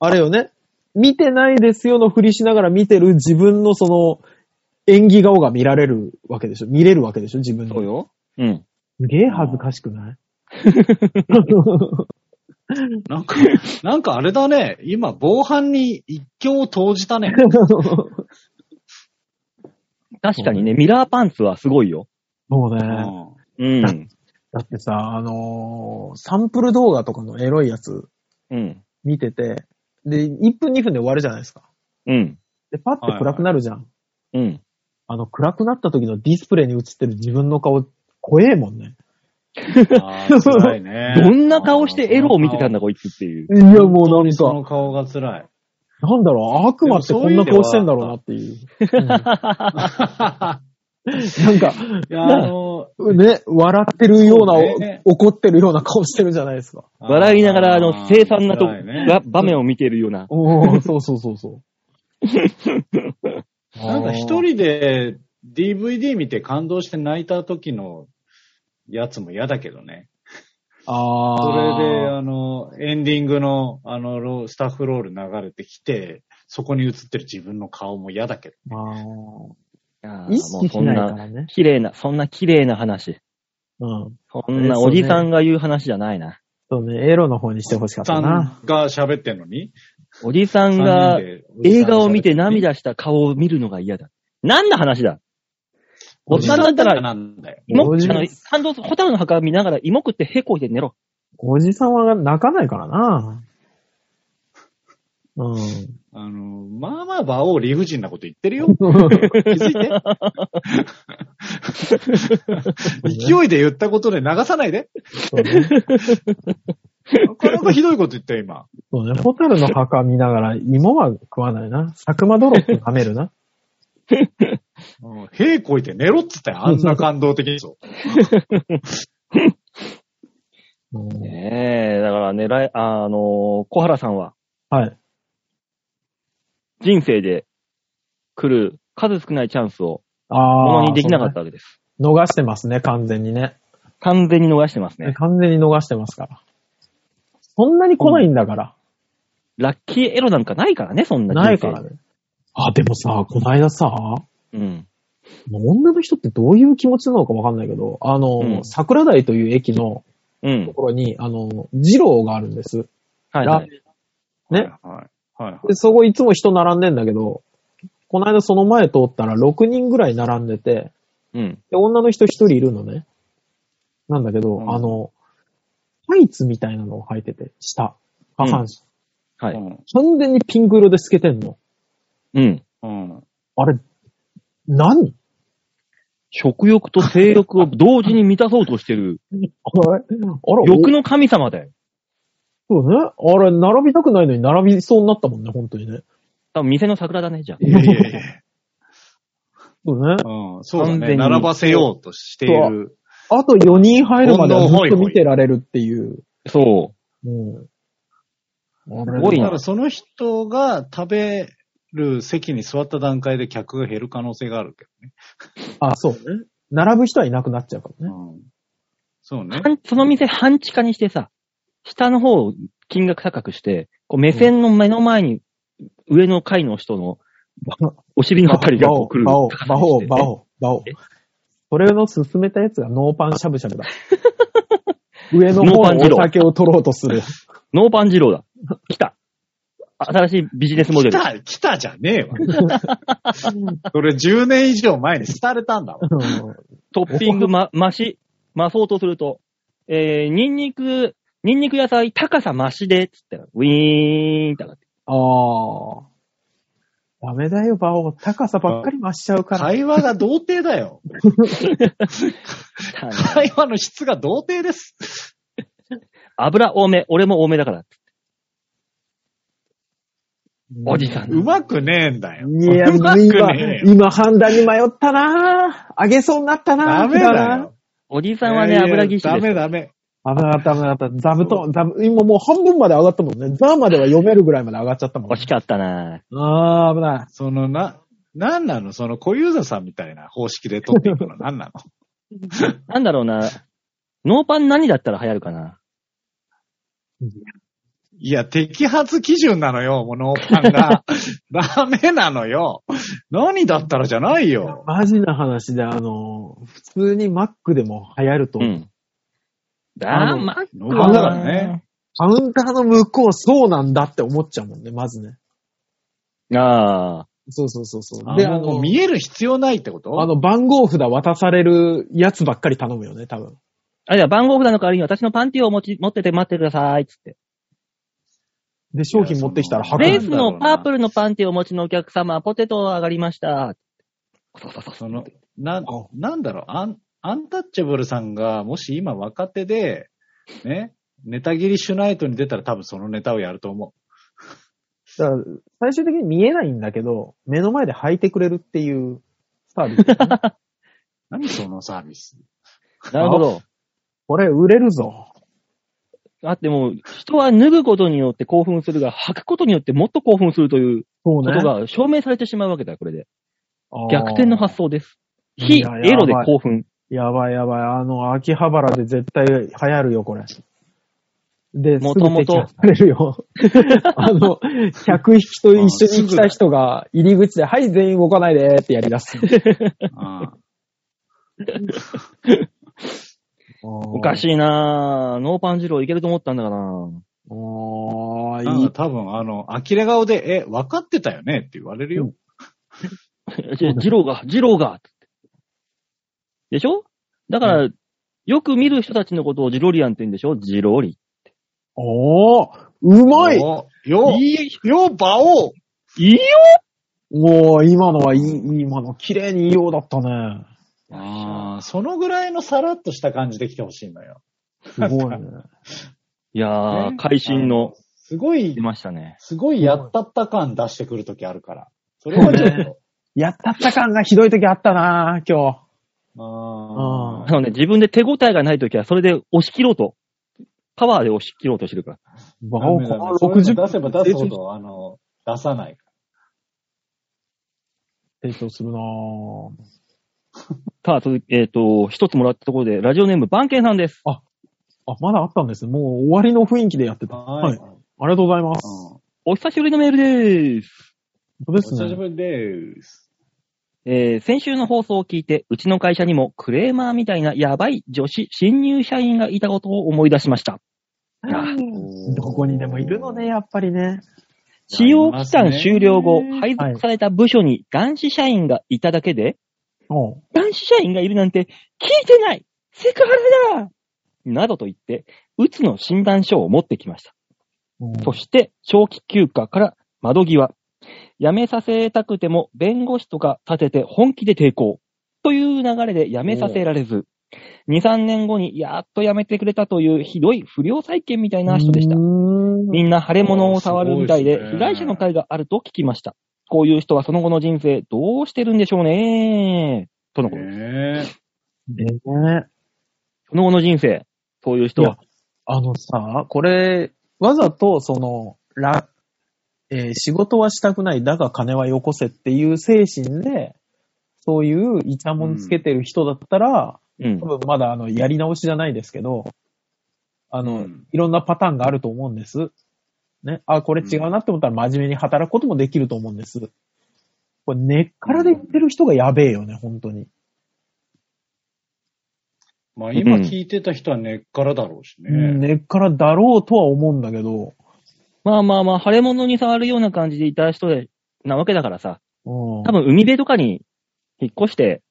Speaker 3: あれよね、見てないですよのふりしながら見てる自分のその、演技顔が見られるわけでしょ見れるわけでしょ自分
Speaker 2: そう
Speaker 3: の。
Speaker 2: よ。うん。
Speaker 3: すげえ恥ずかしく ない
Speaker 4: なんか、 なんかあれだね。今、防犯に一挙を投じたね。
Speaker 2: 確かにね、ミラーパンツはすごいよ。
Speaker 3: もう
Speaker 4: う
Speaker 3: ね、
Speaker 4: ん
Speaker 2: うん。
Speaker 3: だってさ、あのーサンプル動画とかのエロいやつ
Speaker 2: うん。
Speaker 3: 見てて、で、1分2分で終わるじゃないですか。
Speaker 2: うん。
Speaker 3: で、パッて暗くなるじゃん。
Speaker 2: うん。
Speaker 3: あの、暗くなった時のディスプレイに映ってる自分の顔、怖えもんね。
Speaker 4: あー辛い ね。
Speaker 2: どんな顔してエロを見てたんだ、こいつっていう。
Speaker 3: いや、もう
Speaker 4: 本当
Speaker 3: な
Speaker 4: に
Speaker 3: ん
Speaker 4: そ
Speaker 3: か、
Speaker 4: の顔が辛い。
Speaker 3: なんだろう、悪魔ってこんな顔してんだろうなっていう。うんなんか、
Speaker 4: いや、あの、
Speaker 3: ね、笑ってるような、
Speaker 4: そうね
Speaker 3: 怒ってるような顔してるじゃないですか。
Speaker 2: 笑いながら、あの、凄惨なと、
Speaker 4: 辛いね
Speaker 2: が場面を見ているような。
Speaker 3: おー、そうそうそう そう。
Speaker 4: なんか一
Speaker 3: 人、
Speaker 4: 人で DVD 見て感動して泣いた時のやつも嫌だけどね。
Speaker 3: あー
Speaker 4: それで、あの、エンディングの、あの、ロスタッフロール流れてきて、そこに映ってる自分の顔も嫌だけど。
Speaker 2: あ
Speaker 3: あ
Speaker 2: ー
Speaker 3: ー意識しないからね。
Speaker 2: 綺麗な、そんな綺麗な話。
Speaker 3: うん。
Speaker 2: そんなおじさんが言う話じゃないな。
Speaker 3: そうね、エロの方にしてほしかったな。
Speaker 4: さんが喋ってんのに
Speaker 2: おじさんが
Speaker 4: 三人でおじさん
Speaker 2: 映画を見て
Speaker 4: が喋ってんのに
Speaker 2: 涙した顔を見るのが嫌だ。何の話だお
Speaker 4: お
Speaker 2: っ
Speaker 4: じ
Speaker 2: さ
Speaker 4: さ
Speaker 2: ん
Speaker 4: ん
Speaker 2: だ
Speaker 4: だ
Speaker 2: っら
Speaker 4: ったたら、なんだよ。
Speaker 2: 芋
Speaker 3: おじ
Speaker 2: あの、感動する、ホタルの墓見ながら芋食ってへこいて寝ろ。
Speaker 3: おじさんは泣かないからな。うん。
Speaker 4: あの、まあまあ、馬王理不尽なこと言ってるよ。気づいて。勢いで言ったことで流さないで。
Speaker 3: そうね
Speaker 4: なかなかひどいこと言ったよ、今。
Speaker 3: そうね。ホタルの墓見ながら芋は食わないな。サクマドロップ舐め るな。
Speaker 4: うん、屁こいて寝ろっつったよ、あんな感動的に。そう
Speaker 3: うん
Speaker 2: ねえ、だからね、来あの、小原さんは
Speaker 3: はい。
Speaker 2: 人生で来る数少ないチャンスを
Speaker 3: あ
Speaker 2: も
Speaker 3: あ。
Speaker 2: のにできなかったわけです。
Speaker 3: そうね逃してますね、完全にね。
Speaker 2: 完全に逃してますね。
Speaker 3: 完全に逃してますから。そんなに来ないんだから。
Speaker 2: ラッキーエロなんかないからね、そんな人生
Speaker 3: ないからね。あ、でもさ、こないださ、も
Speaker 2: うん。
Speaker 3: う女の人ってどういう気持ちなのかわかんないけど、あの、
Speaker 2: うん
Speaker 3: 桜台という駅の
Speaker 2: うん
Speaker 3: と。ころに、あの、二郎があるんです。
Speaker 2: はい、
Speaker 3: ラ
Speaker 2: は
Speaker 3: ー
Speaker 2: い。
Speaker 3: ね
Speaker 4: はい。はい。はい
Speaker 3: で、そこいつも人並んでんだけど、この間その前通ったら6人ぐらい並んでて、
Speaker 2: うん。
Speaker 3: で、女の人1人いるのね。なんだけど、
Speaker 4: うん
Speaker 3: あの、タイツみたいなのを履いてて、下。下半身。
Speaker 2: はい。
Speaker 3: 完全にピンク色で透けてんの。
Speaker 2: うん。
Speaker 4: うん。うん。
Speaker 3: あれ、何
Speaker 2: 食欲と性欲を同時に満たそうとしてる、
Speaker 3: あれあら、
Speaker 2: 欲の神様だよ。
Speaker 3: そうね。あれ、並びたくないのに並びそうになったもんね、本当にね。
Speaker 2: 多分店の桜だね、じゃあ。
Speaker 4: いやいやいや。
Speaker 3: そうね。
Speaker 4: うん、そうだ
Speaker 2: 完全
Speaker 4: ね。
Speaker 2: に
Speaker 4: 並ばせようとしている。
Speaker 3: あと4人入るまではずっと見てられるっていう。
Speaker 2: そう。
Speaker 3: うん。あ
Speaker 2: すご
Speaker 4: だ
Speaker 2: い
Speaker 4: か
Speaker 2: な
Speaker 4: らその人が食べる席に座った段階で客が減る可能性があるけ
Speaker 3: あ、そうね。並ぶ人はいなくなっちゃうか
Speaker 4: ど
Speaker 3: ら
Speaker 4: ね
Speaker 3: ね。。
Speaker 4: うん、そうね。
Speaker 2: 半その店半地下にしてさ、下の方を金額高くして、こう目線の目の前に、上の階の人の
Speaker 3: ば
Speaker 2: お尻 のあたりが
Speaker 3: バ
Speaker 2: こう
Speaker 3: オ、
Speaker 2: 来る。
Speaker 3: バオ、バオ、バオ、バオ
Speaker 2: え。
Speaker 3: それの進めたやつがノーパンしゃぶしゃぶ だ。上の
Speaker 2: ノー
Speaker 3: 方
Speaker 2: パン二
Speaker 3: の
Speaker 2: 郎
Speaker 3: お酒を取ろうとする。
Speaker 2: ノーパン二 郎だ。来た。新しいビジネスモデ
Speaker 4: 来
Speaker 2: ル。
Speaker 4: た、来たじゃねえわ。それ10年以上前に廃れたんだわ。
Speaker 2: トッ ピングま、増し、増そうとすると、えー、ニンニク、ニンニク野菜高さ増しで、つったら、ウィーンって上が って。
Speaker 3: ああ。ダメだよ、バオ。高さばっかり増しちゃうから。
Speaker 4: 会話が童貞だよ。会話の質が童貞です。
Speaker 2: 油多め、俺も多めだから。おじさん。
Speaker 4: うまくねえんだよ。
Speaker 3: いや、
Speaker 4: うま
Speaker 3: 今
Speaker 4: くねえ、よ。
Speaker 3: 今判断に迷ったなぁ。上げそうになったな
Speaker 4: ダ
Speaker 3: ぁ。
Speaker 4: メだよ。
Speaker 2: おじさんはね、油ぎっし
Speaker 4: ダ
Speaker 2: りです。
Speaker 4: メダメ。
Speaker 3: 危なかった、危なかった。座布団、座布、今もう半分まで上がったもんね。座までは読めるぐらいまで上がっちゃったもん、
Speaker 2: 惜しかったな
Speaker 3: あー、危ない。
Speaker 4: そのな、なんなのその小遊三さんみたいな方式で撮っていくのなんなの
Speaker 2: なんだろうな。ノーパン何だったら流行るかない
Speaker 4: や、摘発基準なのよ、もうノーパンが。ダメなのよ。何だったらじゃないよ。
Speaker 3: マジな話で、あの、普通に Mac でも流行ると、
Speaker 2: うん。
Speaker 3: あ
Speaker 2: あー、
Speaker 3: の
Speaker 2: マッ
Speaker 4: ノ
Speaker 2: ク
Speaker 4: ー
Speaker 2: は
Speaker 4: パン
Speaker 2: な
Speaker 4: だからね。
Speaker 3: カウンターの向こうそうなんだって思っちゃうもんね、まずね。
Speaker 2: ああ。
Speaker 3: そうそうそうそう。
Speaker 4: で、
Speaker 3: で、
Speaker 4: あ
Speaker 3: あ
Speaker 4: の、
Speaker 3: の、
Speaker 4: 見える必要ないってこと
Speaker 3: あの番号札渡されるやつばっかり頼むよね、多分。
Speaker 2: あ、じゃあ番号札の代わりに私のパンティーを持ち、持ってて待ってください、つって。
Speaker 3: で、商品持ってきたら
Speaker 4: あ
Speaker 3: 箱
Speaker 4: い
Speaker 2: レ
Speaker 4: や
Speaker 2: ースのパープルのパンティーをお持ちのお客様、ポテト上がりました。そうそうそうそ
Speaker 4: そうの、な、なんだろう、アン、アンタッチャブルさんが、もし今若手で、ね、ネタ切りシュナイトに出たら多分そのネタをやると思
Speaker 3: だから最終的に見えないんだけど、目の前で履いてくれるっていうサー ビスだね、
Speaker 4: う。何そのサービス。
Speaker 2: なるほど。
Speaker 3: これ売れるぞ。
Speaker 2: あってもう、人は脱ぐことによって興奮するが、履くことによってもっと興奮するという
Speaker 3: そう
Speaker 2: ことが証明されてしまうわけだよ、これで。逆転の発
Speaker 3: 想。
Speaker 2: 想です。
Speaker 3: あー
Speaker 2: 非
Speaker 3: い
Speaker 2: エ
Speaker 3: ややばい
Speaker 2: ロで興奮。
Speaker 3: やばいやばい。あの、秋葉原で絶対流行るよ、これ。で、
Speaker 2: もともと
Speaker 3: すぐ摘発されるよ。あの、客引きと一緒に来た人が入り口で、はい、全員動かないでってやり出す。
Speaker 4: ああ
Speaker 2: おか
Speaker 3: い。
Speaker 2: しいなぁ。ノーパン二郎いけると思ったんだからな
Speaker 3: おー、
Speaker 4: ないん
Speaker 3: い
Speaker 4: か。多分あの、呆れ顔で、え、分かってたよねって言われるよ。
Speaker 2: 二郎が、二郎がでしょだから、よく見る人たちのことをジロリアンって言うんでしょジロリ。
Speaker 3: おー、うまい
Speaker 4: よよ、よ、馬王
Speaker 2: いいよ
Speaker 3: もう、今のはいい、今の綺麗にいいようだったね。
Speaker 4: ああ、そのぐらいのさらっとした感じで来てほしいのよ。
Speaker 3: すごいね。
Speaker 2: いやー、
Speaker 4: ね
Speaker 2: 会心の、
Speaker 4: すごい
Speaker 2: 出、ましたね。
Speaker 4: すごいやったった感出してくるときあるから。それはちょっと。
Speaker 3: やったった感がひどい時あったな今日。
Speaker 4: あ
Speaker 2: あのね、自分で手応えがないときは、それで押し切ろうと。パワーで押し切ろうとしてるから。
Speaker 3: バ
Speaker 4: ダ
Speaker 3: オ、
Speaker 4: メ
Speaker 3: こ
Speaker 4: ダメ
Speaker 3: の
Speaker 4: そういう
Speaker 3: 60
Speaker 4: の出せば出すほ
Speaker 3: 成
Speaker 4: ど、あの、出さない。
Speaker 3: 成長するなぁ。
Speaker 2: さあ、続いえっ、と、一つもらったところで、ラジオネーム、バンケンさんです。
Speaker 3: あ、まだあったんですね。もう終わりの雰囲気でやってた。はい。
Speaker 4: うん
Speaker 3: ありがとうございます。
Speaker 2: お久しぶりのメールでーす。
Speaker 3: そうで
Speaker 4: お
Speaker 3: す
Speaker 4: 久し
Speaker 3: ね。
Speaker 4: ぶりです。
Speaker 2: えー先週の放送を聞いて、うちの会社にもクレーマーみたいなやばい女子新入社員がいたことを思い出しま した。あ
Speaker 3: どこにでもいるのね、やっぱりね。
Speaker 2: 使用期間終了後
Speaker 4: います、ね
Speaker 2: 配属された部署に男子社員がいただけで、
Speaker 3: おう
Speaker 2: 男子社員がいるなんて聞いてないセクハラだなどと言って、うつの診断書を持ってきました。
Speaker 3: うん。
Speaker 2: そして、長期休暇から窓際。辞めさせたくても、弁護士とか立てて本気で抵抗。という流れで辞めさせられず、2、3年後にやっと辞めてくれたというひどい不良債権みたいな人でした
Speaker 3: う。ーん
Speaker 2: みんな腫れ物を触るみたい
Speaker 4: おー
Speaker 2: で、
Speaker 4: すごいですね
Speaker 2: 被害者の会があると聞きました。こういう人はその後の人生どうしてるんでしょうねとのことです。
Speaker 4: ね
Speaker 3: ね
Speaker 2: その後の人生、そういう人は。
Speaker 3: あのさ、これ、わざと、その、ら、えー仕事はしたくない、だが金はよこせっていう精神で、そういうイチャモンつけてる人だったら、
Speaker 2: うん。
Speaker 3: 多分まだあの、やり直しじゃないですけど、あの、
Speaker 4: うん
Speaker 3: いろんなパターンがあると思うんです。ね。あ、これ違うなって思ったら真面目に働くこともできると思うんです。これ根っからで言ってる人がやべえよね、本当に。
Speaker 4: まあ今聞いてた人は根っからだろうしね。
Speaker 3: 根っからだろうとは思うんだけど、
Speaker 2: まあまあまあ、腫れ物に触るような感じでいた人で、なわけだからさ、
Speaker 3: うん。
Speaker 2: 多分海辺とかに引っ越して、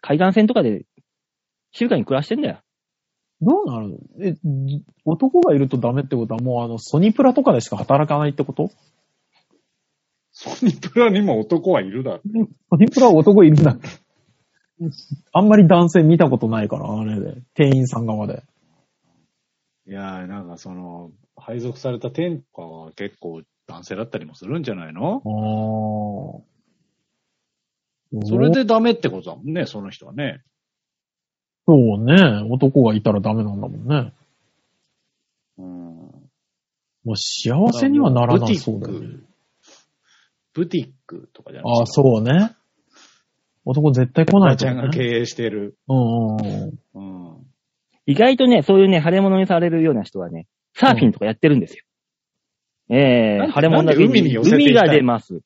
Speaker 2: 海岸線とかで、静かに暮らしてんだよ。
Speaker 3: どうなるのえ、男がいるとダメってことはもうあの、ソニプラとかでしか働かないってこと
Speaker 5: ソニプラにも男はいるだろ。
Speaker 3: ソニプラは男いるんだ っけあんまり男性見たことないから、あれで。店員さん側で。
Speaker 5: いやー、なんかその、配属された店とかは結構男性だったりもするんじゃないの
Speaker 3: あー
Speaker 4: それ、でダメってことだもんね、その人はね。
Speaker 3: そうね。男がいたらダメなんだもんね。
Speaker 4: うん。
Speaker 3: もう幸せにはならなそうだ
Speaker 4: ブティ
Speaker 3: よね
Speaker 4: ッ。ク。ブティックとかじゃない
Speaker 3: ああ、そうね。男絶対来
Speaker 5: お
Speaker 3: な
Speaker 5: ば
Speaker 3: いと
Speaker 5: ちゃ
Speaker 3: 思
Speaker 5: ん
Speaker 3: うね、
Speaker 5: が経営してる。
Speaker 3: うんうんうん。
Speaker 4: うん。
Speaker 2: 意外とね、そういうね、腫れ物にされるような人はね、サーフィンとかやってるんですよ。ええ
Speaker 5: なんで
Speaker 2: 腫れ物だけ
Speaker 5: なんで海に寄せていきた
Speaker 2: 海
Speaker 5: い
Speaker 2: が出ます。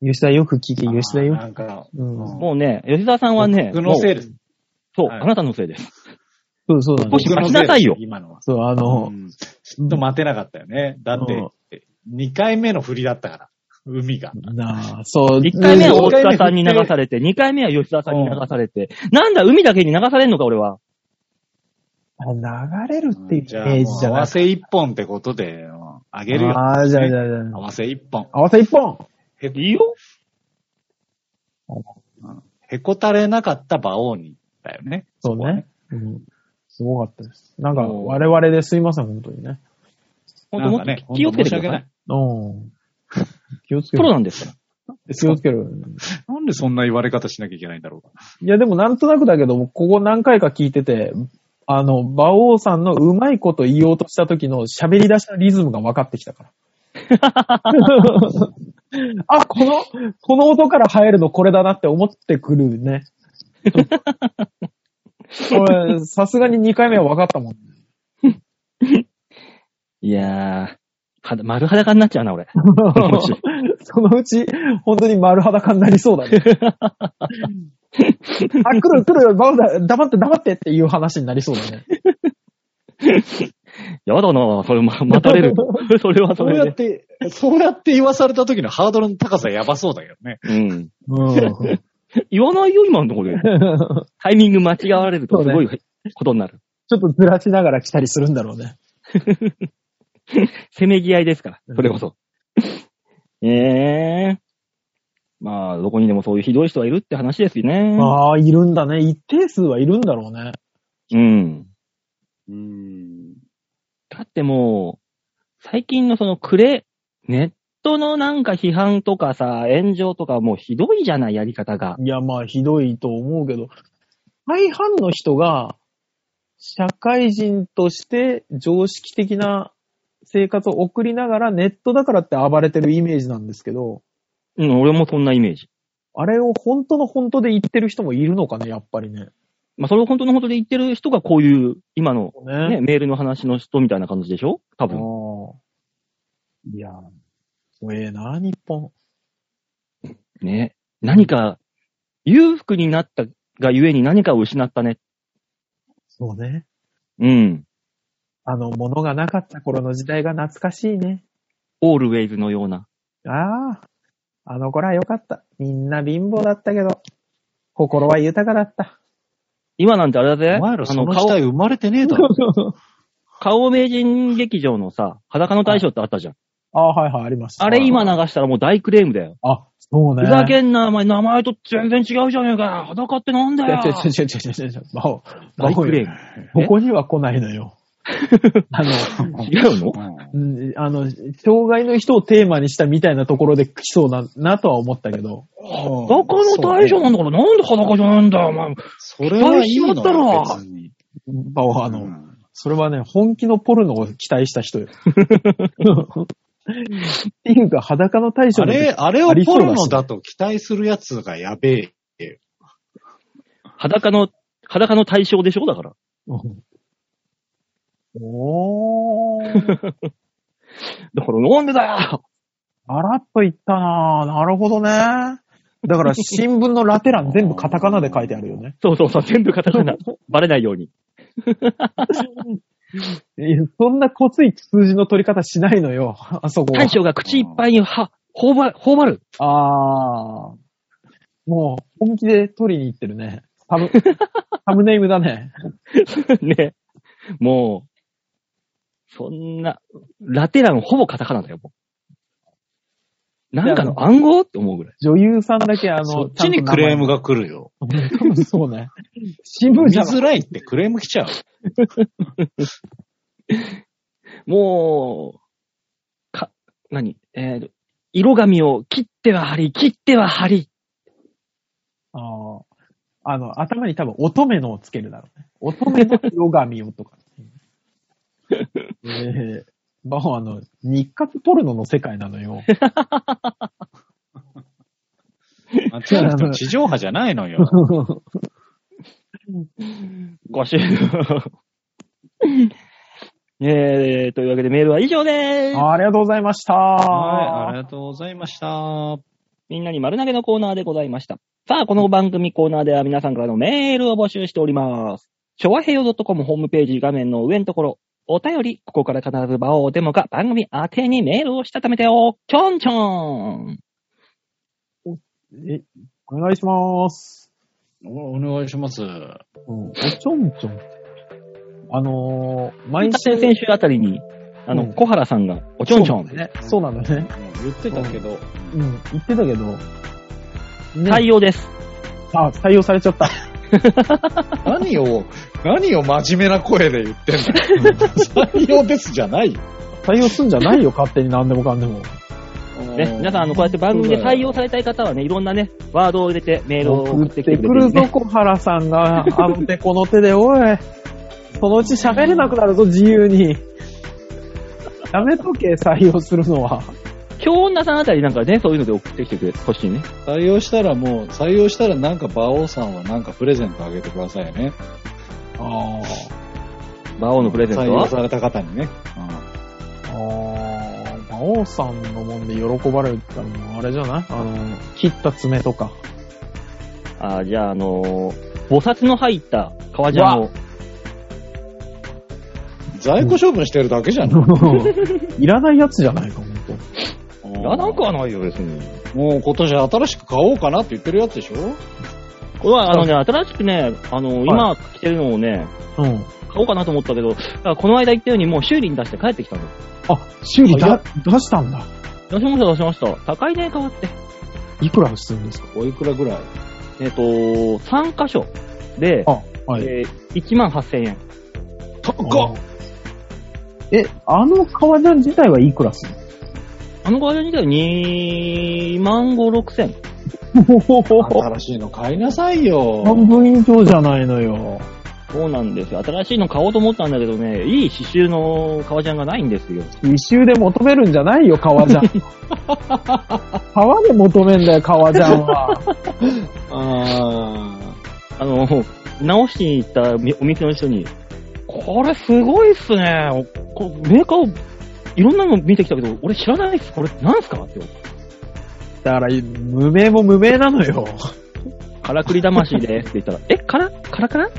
Speaker 3: 吉田よく聞いて、吉田
Speaker 5: あー
Speaker 3: よ
Speaker 5: なんか、
Speaker 3: く。うん。
Speaker 5: うん
Speaker 2: もうね、吉沢さんはね、
Speaker 5: 僕のせいです。
Speaker 2: もうそう、
Speaker 5: はい
Speaker 2: あなたのせいです。
Speaker 3: そうそうだね
Speaker 2: 少。し待ちなさいよ
Speaker 5: 僕のせです今のは。
Speaker 3: そう、あの、
Speaker 5: うんちょっと待てなかったよね。だって、2回目の振りだったから、海が。
Speaker 3: なあ、そう。
Speaker 2: 1回目は
Speaker 5: うん
Speaker 2: 大塚さんに流されて、2回目は吉沢さんに流されて、なんだ、海だけに流されんのか、俺は。
Speaker 3: 流れるっていうイ
Speaker 5: じゃあ、
Speaker 3: メージじゃ
Speaker 5: 合
Speaker 3: な
Speaker 5: わ
Speaker 3: くて。
Speaker 5: せ一本ってことで、うんあげるよ。
Speaker 3: ああ、じゃあじゃあじゃ
Speaker 5: 合
Speaker 3: あ。
Speaker 5: わせ一本。
Speaker 3: 合わせ一本
Speaker 2: いいよ。
Speaker 5: へこたれなかった馬王に、だよね。
Speaker 3: そうね。うん。すごかったです。なんか、
Speaker 5: もう
Speaker 3: 我々ですいません、本当にね。
Speaker 2: ほん
Speaker 5: な
Speaker 2: と
Speaker 5: ん
Speaker 2: も
Speaker 5: か
Speaker 2: っ
Speaker 5: ね、
Speaker 2: と気をつけて
Speaker 5: ほんと申
Speaker 2: く
Speaker 5: し訳
Speaker 2: だ
Speaker 5: ない
Speaker 2: さい。。
Speaker 3: うん。気をつけ
Speaker 2: プロ
Speaker 3: る。
Speaker 2: なんですから。
Speaker 3: 気をつける。
Speaker 5: なんでそんな言われ方しなきゃいけないんだ ろうか。
Speaker 3: いや、でもなんとなくだけど、ここ何回か聞いてて、あの、馬王さんのうまいこと言おうとした時の喋り出しのリズムが分かってき たから。あ、この、この音から入るのこれだなって思ってくるね。これ、さすがに2回目は分かった もん。
Speaker 2: いやー、はだ丸裸になっちゃうな、俺。 もし
Speaker 3: そのうち、本当に丸裸になりそうだね。あ、来る来る、馬王だ、黙って黙ってっていう話になりそうだね。
Speaker 2: やだな、それ、ま、待たれる。それはそ
Speaker 5: そうや
Speaker 2: れ
Speaker 5: っ
Speaker 2: で。
Speaker 5: て、そうやって言わされた時のハードルの高さやばそうだけどね。
Speaker 2: うん。
Speaker 3: うん。
Speaker 2: 言わないよ、今のところ。
Speaker 3: ち
Speaker 2: タイミング間違われるとす
Speaker 3: そうね
Speaker 2: ごいことになる。
Speaker 3: ょっとずらしながら来たりするんだろうね。
Speaker 2: せめぎ合いですから、それこそ。ええまあ、どこにでもそういうひどい人はいるって話ですよね。
Speaker 3: ああ、いるんだね。一定数はいるんだろうね。
Speaker 2: うん。
Speaker 4: うん。
Speaker 2: だってもう、最近のそのクレ、ネットのなんか批判とかさ、炎上とかもうひどいじゃない、やり方が。
Speaker 3: いや、まあ、ひどいと思うけど、大半の人が、社会人として常識的な生活を送りながら、ネットだからって暴れてるイメージなんですけど、
Speaker 2: うん、俺もそんなイメージ。
Speaker 3: あれを本当の本当で言ってる人もいるのかね、やっぱりね。
Speaker 2: まあ、それを本当の本当で言ってる人がこういう、今の、
Speaker 3: ね
Speaker 2: ね、メールの話の人みたいな感じでしょ多
Speaker 3: ああ
Speaker 2: 分。
Speaker 3: いや、怖えな、日本。
Speaker 2: ね。何か、裕福になったがゆえに何かを失ったね。
Speaker 3: そうね。
Speaker 2: うん。
Speaker 3: あの、物がなかった頃の時代が懐かしいね。
Speaker 2: オールウェイズのような。
Speaker 3: ああ、あの頃は良かった。みんな貧乏だったけど、心は豊かだった。
Speaker 2: 今なんてあれだぜ。
Speaker 5: お前らその時
Speaker 2: 顔、
Speaker 5: 代生まれてねえだろ。
Speaker 2: 顔名人劇場のさ、裸の大将ってあったじゃん。
Speaker 3: ああー、はいはい、ありました。
Speaker 2: あれ今流したらもう大クレームだよ。
Speaker 3: あ、そうね。
Speaker 2: ふざけんな、お前、名前と全然違うじゃねえかよ。裸ってなんだ
Speaker 3: いや、
Speaker 2: よ。
Speaker 3: 違う違う違う違う違う。魔法、
Speaker 2: 大
Speaker 3: 魔法
Speaker 2: クレー
Speaker 3: よ。
Speaker 2: ム。
Speaker 3: ここには来ないのよ。あの、
Speaker 2: 違うの
Speaker 3: うんあの、障害の人をテーマにしたみたいなところで来そうだなとは思ったけど。
Speaker 2: 裸の大将なんだから、なんで裸じゃないんだよ、お前。
Speaker 4: それはいい
Speaker 2: 期待しちま
Speaker 4: の
Speaker 2: った
Speaker 4: よ
Speaker 2: ろ、
Speaker 4: 別に。
Speaker 3: バオあの、
Speaker 4: うん
Speaker 3: それはね、本気のポルノを期待した人よ。っていうか、裸の大将
Speaker 4: あ
Speaker 3: の時
Speaker 4: れ、あれ
Speaker 3: あ
Speaker 4: を
Speaker 3: りそう
Speaker 4: ポ
Speaker 3: だし
Speaker 4: ルノだと期待するやつがやべえ。
Speaker 2: 裸の、裸の対象でしょだから。
Speaker 3: うんおー、
Speaker 2: だから、なんでだよ
Speaker 3: あらっといったなぁ。なるほどね。だから、新聞のラテ欄全部カタカナで書いてあるよね。
Speaker 2: そうそうそう、全部カタカナ。バレないように。
Speaker 3: いやそんなこつい数字の取り方しないのよ。あそこは
Speaker 2: 大。将が口いっぱいに、は、頬張、頬張る。
Speaker 3: あー。もう、本気で取りに行ってるね。サブ、サムネームだね。
Speaker 2: ね。もう、そんな、ラテランほぼカタカナだよ、もう。なんかの暗号って思うぐらい。
Speaker 3: 女優さんだけあの、
Speaker 4: そっちにクレームが来るよ。
Speaker 3: が。そう ね。新聞
Speaker 4: 見
Speaker 3: じゃな
Speaker 4: づらいってクレーム来ちゃう。
Speaker 2: もう、か、何えー色紙を切っては貼り、切っては貼り。
Speaker 3: あーあの、頭に多分乙女のをつけるだろうね。乙女の色紙をとか。え えバオあの、日活ポルノの世界なのよ。
Speaker 4: あっちの人地上波じゃないのよ。
Speaker 2: おかしいな。 えー、というわけでメールは以上でーす。
Speaker 3: ありがとうございました。
Speaker 4: はい、ありがとうございました。
Speaker 2: みんなに丸投げのコーナーでございました。さあ、この番組コーナーでは皆さんからのメールを募集しております。昭和平洋 .com ホームページ画面の上のところ、お便り、ここから必ず場をデモか番組宛てにメールをしたためてお、ちょんちょん
Speaker 3: え、お願いします。
Speaker 4: おお願いします。
Speaker 3: うん、おちょんちょん。あのー、毎週
Speaker 2: 先、々週あたりに、あの、
Speaker 3: うん
Speaker 2: 小原さんが、おちょんちょん、
Speaker 3: ね。そうなんだね。
Speaker 4: 言ってたけど、
Speaker 3: うん、言ってたけど。ね
Speaker 2: 採用です。
Speaker 3: あ、採用されちゃ った。
Speaker 4: 何を、何を真面目な声で言ってん の採用ですじゃないよ。
Speaker 3: 採用すんじゃないよ、勝手に何でもかんでも。
Speaker 2: ね、皆さん、あの、こうやって番組で採用されたい方はね、いろんなね、ワードを入れてメールを送ってきてくれて
Speaker 3: 送
Speaker 2: る
Speaker 3: っ
Speaker 2: んで
Speaker 3: ぞ、
Speaker 2: ね。
Speaker 3: 小原さんが。あの手この手で、おい。そのうち喋れなくなるぞ、自由に。やめとけ、採用するのは。
Speaker 2: 京女さんあたりなんかね、そういうので送ってきてくれほしいね。
Speaker 4: 採用したらもう、採用したらなんか馬王さんはなんかプレゼントあげてくださいね。
Speaker 3: あ
Speaker 2: 馬王のプレゼン
Speaker 4: 採
Speaker 2: ト
Speaker 4: 用
Speaker 2: は
Speaker 4: された方にね。
Speaker 3: あ。ああ。魔王さんのもんで喜ばれるって言ったらもうあれじゃないあの、切った爪と か。
Speaker 2: あーじゃあ、あのー、菩薩の入った革ジャンを、
Speaker 4: うん在庫処分してるだけじゃない、
Speaker 3: いらないやつじゃないか、本当。
Speaker 2: いや、なんかはないよ、別に。
Speaker 4: もう今年新しく買おうかなって言ってるやつでしょ
Speaker 2: これは、あのね、新しくね、あのー、今着てるのをね、
Speaker 3: うん。
Speaker 2: 買おうかなと思ったけど、だからこの間言ったようにもう修理に出して帰ってきたの。
Speaker 3: あ、修理
Speaker 4: あい
Speaker 3: だ
Speaker 4: や
Speaker 3: 出したんだ。
Speaker 2: 出しました、出しました。高いね、変わって。
Speaker 3: いくらするんですか
Speaker 4: おいくらぐらい
Speaker 2: えっ、とー、3箇所で、
Speaker 3: あ、はい。
Speaker 2: え1万8000円。
Speaker 4: 高っ
Speaker 3: え、あの革ジャン自体はいくらする
Speaker 2: あの革ジャン自体は2万5、6千。
Speaker 4: 新しいの買いなさいよ。
Speaker 3: 半分以上じゃないのよ。
Speaker 2: そうなんですよ。新しいの買おうと思ったんだけどね、いい刺繍の革ジャンがないんですよ。
Speaker 3: 一周で求めるんじゃないよ、革ジャ ン。革で求めんだよ、革ジャンは。
Speaker 4: あ
Speaker 2: あの、直しに行ったお店の人に、これすごいっすね。こメーカーを、いろんなの見てきたけど、俺知らないっす。これなんすかって言われて。
Speaker 3: だから、無名も無名なのよ。
Speaker 2: からくり魂ですって言ったら、 え、から、から から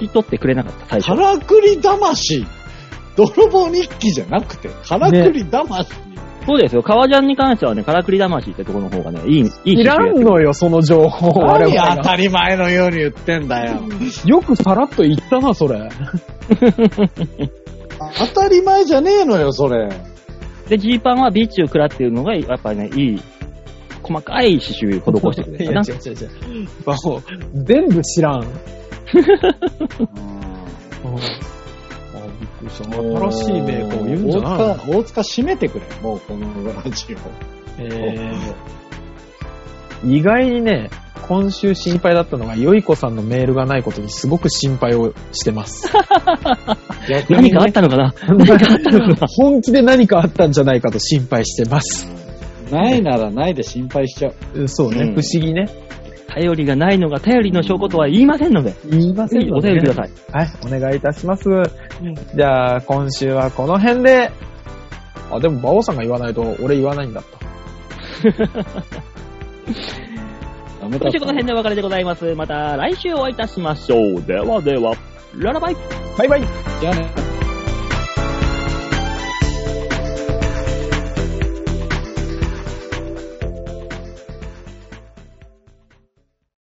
Speaker 2: 引き取ってくれなかった、最
Speaker 4: ーか
Speaker 2: 初。
Speaker 4: らくり魂。泥棒日記じゃなくて、からくり魂。
Speaker 2: そうですよ。革ジャンに関してはね、からくり魂ってとこの方がね、いい、いい刺繍
Speaker 3: い
Speaker 2: や
Speaker 3: ら
Speaker 2: ってる
Speaker 3: んのよ、その情報。我々
Speaker 4: 何当
Speaker 3: が
Speaker 4: たり前のように言ってんだよ。
Speaker 3: よくさらっと言ったな、それ。
Speaker 4: 当たり前じゃねえのよ、それ。
Speaker 2: で、ジーパンはビーチをくらっていうのが、やっぱりね、いい、細かい刺繍を施してくれ
Speaker 3: い
Speaker 2: るか
Speaker 3: や、
Speaker 2: な
Speaker 3: 違。う違う違う。バオ、全部知らん。うんあびっくりした。もう新しいメーカーを言うんじゃない
Speaker 5: 大塚、大塚閉めてくれ。もうこのラジオ。
Speaker 3: えー意外にね、今週心配だったのが、よいこさんのメールがないことにすごく心配をしてます。
Speaker 5: 逆に
Speaker 2: 何かあ
Speaker 5: ね
Speaker 2: ったのかな
Speaker 3: 本気で何かあったんじゃないかと心配してます。
Speaker 5: ないならないで心配しちゃう。
Speaker 3: うんそうね、
Speaker 2: うん
Speaker 3: 不思議ね。
Speaker 2: 頼りがないのが頼りの証拠とは言いませんので、
Speaker 3: 言いませ
Speaker 2: ぜ
Speaker 3: ん
Speaker 2: ひ
Speaker 3: の
Speaker 2: お
Speaker 3: で
Speaker 2: 便
Speaker 3: ね
Speaker 2: りくだ さい。
Speaker 3: はい、お願いいたします。じゃあ、今週はこの辺で、あ、でも、馬王さんが言わないと、俺言わないんだった。
Speaker 5: ダメだ
Speaker 2: そ
Speaker 5: っ
Speaker 2: して
Speaker 5: た
Speaker 2: この辺でお別れでございます。また来週お会いいたしましょう。ではでは、ララバイ
Speaker 3: バイバイ
Speaker 5: じゃあね。